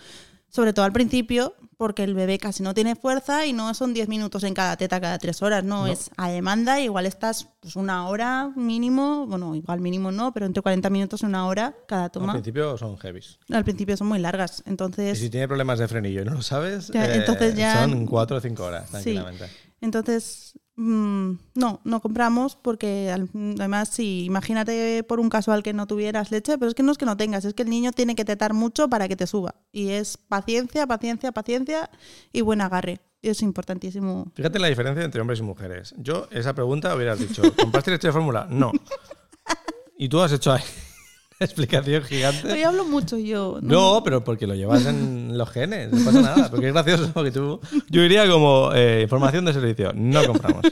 S2: Sobre todo al principio, porque el bebé casi no tiene fuerza y no son 10 minutos en cada teta cada 3 horas, no,
S1: No.
S2: es a demanda, igual estás pues, una hora mínimo, bueno, igual mínimo no, pero entre 40 minutos y una hora cada
S1: Al
S2: toma.
S1: principio son heavies.
S2: Al principio son muy largas, entonces...
S1: Y si tiene problemas de frenillo y no lo sabes,
S2: Ya,
S1: eh,
S2: entonces ya-
S1: son cuatro o cinco horas, tranquilamente.
S2: Entonces, mm, no, no compramos porque al- además, sí, imagínate por un casual que no tuvieras leche, pero es que no es que no tengas, es que el niño tiene que tetar mucho para que te suba. Y es paciencia, paciencia, paciencia y buen agarre. Y es importantísimo.
S1: Fíjate la diferencia entre hombres y mujeres. Yo, esa pregunta hubieras dicho, ¿compraste leche de fórmula? No. Y tú has hecho ahí una explicación gigante.
S2: Pero yo hablo mucho yo.
S1: Eh. No, pero porque lo llevas en los genes, no pasa nada. Porque es gracioso que tú. Yo iría como eh, información de servicio, no compramos.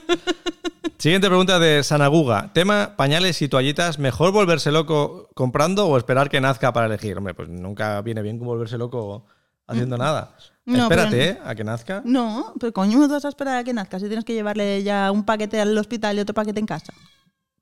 S1: Siguiente pregunta de Sanaguga. Tema pañales y toallitas, ¿mejor volverse loco comprando o esperar que nazca para elegir? Hombre, pues nunca viene bien volverse loco haciendo nada.
S2: Mm. No,
S1: Espérate
S2: pero-
S1: eh, a que nazca.
S2: No, pero coño, no te vas a esperar a que nazca si tienes que llevarle ya un paquete al hospital y otro paquete en casa.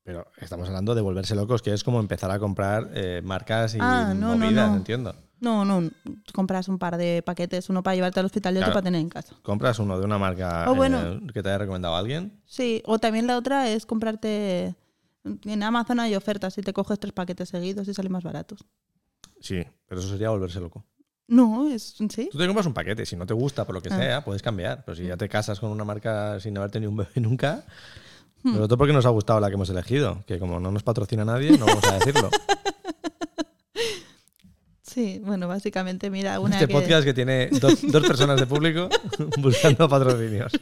S1: Pero estamos hablando de volverse locos, que es como empezar a comprar eh, marcas y
S2: Ah, no, no,
S1: movidas,
S2: no.
S1: entiendo.
S2: No, no, tú compras un par de paquetes, uno para llevarte al hospital y otro
S1: Claro.
S2: para tener en casa.
S1: Compras uno de una marca
S2: Oh, bueno.
S1: eh, que te haya recomendado alguien.
S2: Sí, o también la otra es comprarte. En Amazon hay ofertas y te coges tres paquetes seguidos y salen más baratos.
S1: Sí, pero eso sería volverse loco.
S2: No, es. Sí.
S1: Tú te compras un paquete, si no te gusta, por lo que
S2: Ah.
S1: sea, puedes cambiar. Pero si ya te casas con una marca sin haber tenido un bebé nunca,
S2: Hmm.
S1: sobre todo porque nos ha gustado la que hemos elegido, que como no nos patrocina nadie, no vamos a decirlo.
S2: Sí, bueno, básicamente, mira, una
S1: este
S2: que.
S1: podcast que tiene dos, dos personas de público buscando patrocinios.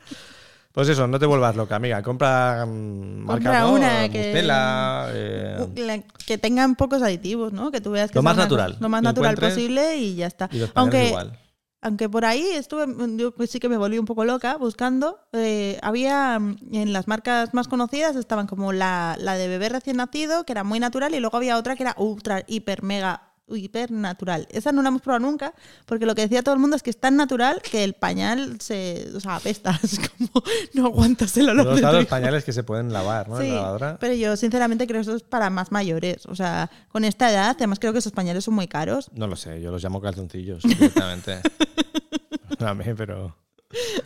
S1: pues eso, no te vuelvas loca, amiga. Compra mm, marca
S2: Compra
S1: ¿no?
S2: una que-
S1: Mustela, eh,
S2: la- que tengan pocos aditivos, ¿no? Que tú veas que
S1: Lo
S2: sea
S1: más
S2: una-
S1: natural,
S2: Lo más
S1: que
S2: natural
S1: encuentres.
S2: posible y ya está.
S1: y los pañales
S2: Aunque,
S1: igual.
S2: aunque por ahí estuve, yo pues sí que me volví un poco loca buscando. eh, había mm, en las marcas más conocidas estaban como la, la de bebé recién nacido, que era muy natural, y luego había otra que era ultra, hiper, mega, hiper natural. Esa no la hemos probado nunca, porque lo que decía todo el mundo es que es tan natural que el pañal se, o sea, apesta, es como no aguantas el olor.
S1: Luego
S2: del
S1: están los
S2: hijo.
S1: pañales que se pueden lavar, ¿no? En
S2: Sí,
S1: la lavadora.
S2: pero yo sinceramente creo que eso es para más mayores. O sea, con esta edad, además creo que esos pañales son muy caros.
S1: No lo sé, yo los llamo calzoncillos directamente. Perdóname, pero.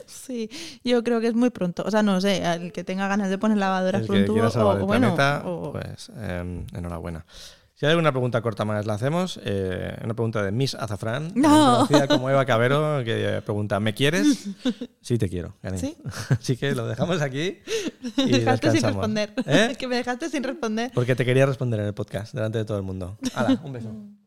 S2: Sí, yo creo que es muy pronto. O sea, no sé, al que tenga ganas de poner lavadoras
S1: El
S2: por un
S1: que
S2: tubo
S1: quiera salvar
S2: o,
S1: el
S2: o bueno,
S1: planeta,
S2: o-
S1: pues eh, enhorabuena. Si hay alguna pregunta corta más, la hacemos. Eh, una pregunta de Miss Azafrán,
S2: No.
S1: conocida como Eva Cabero, que eh, pregunta, ¿me quieres? Sí, te quiero, cariño.
S2: ¿Sí?
S1: Así que lo dejamos aquí y
S2: me dejaste sin
S1: descansamos.
S2: responder.
S1: ¿Eh?
S2: Es que me dejaste sin responder.
S1: Porque te quería responder en el podcast, delante de todo el mundo. Hala, un beso.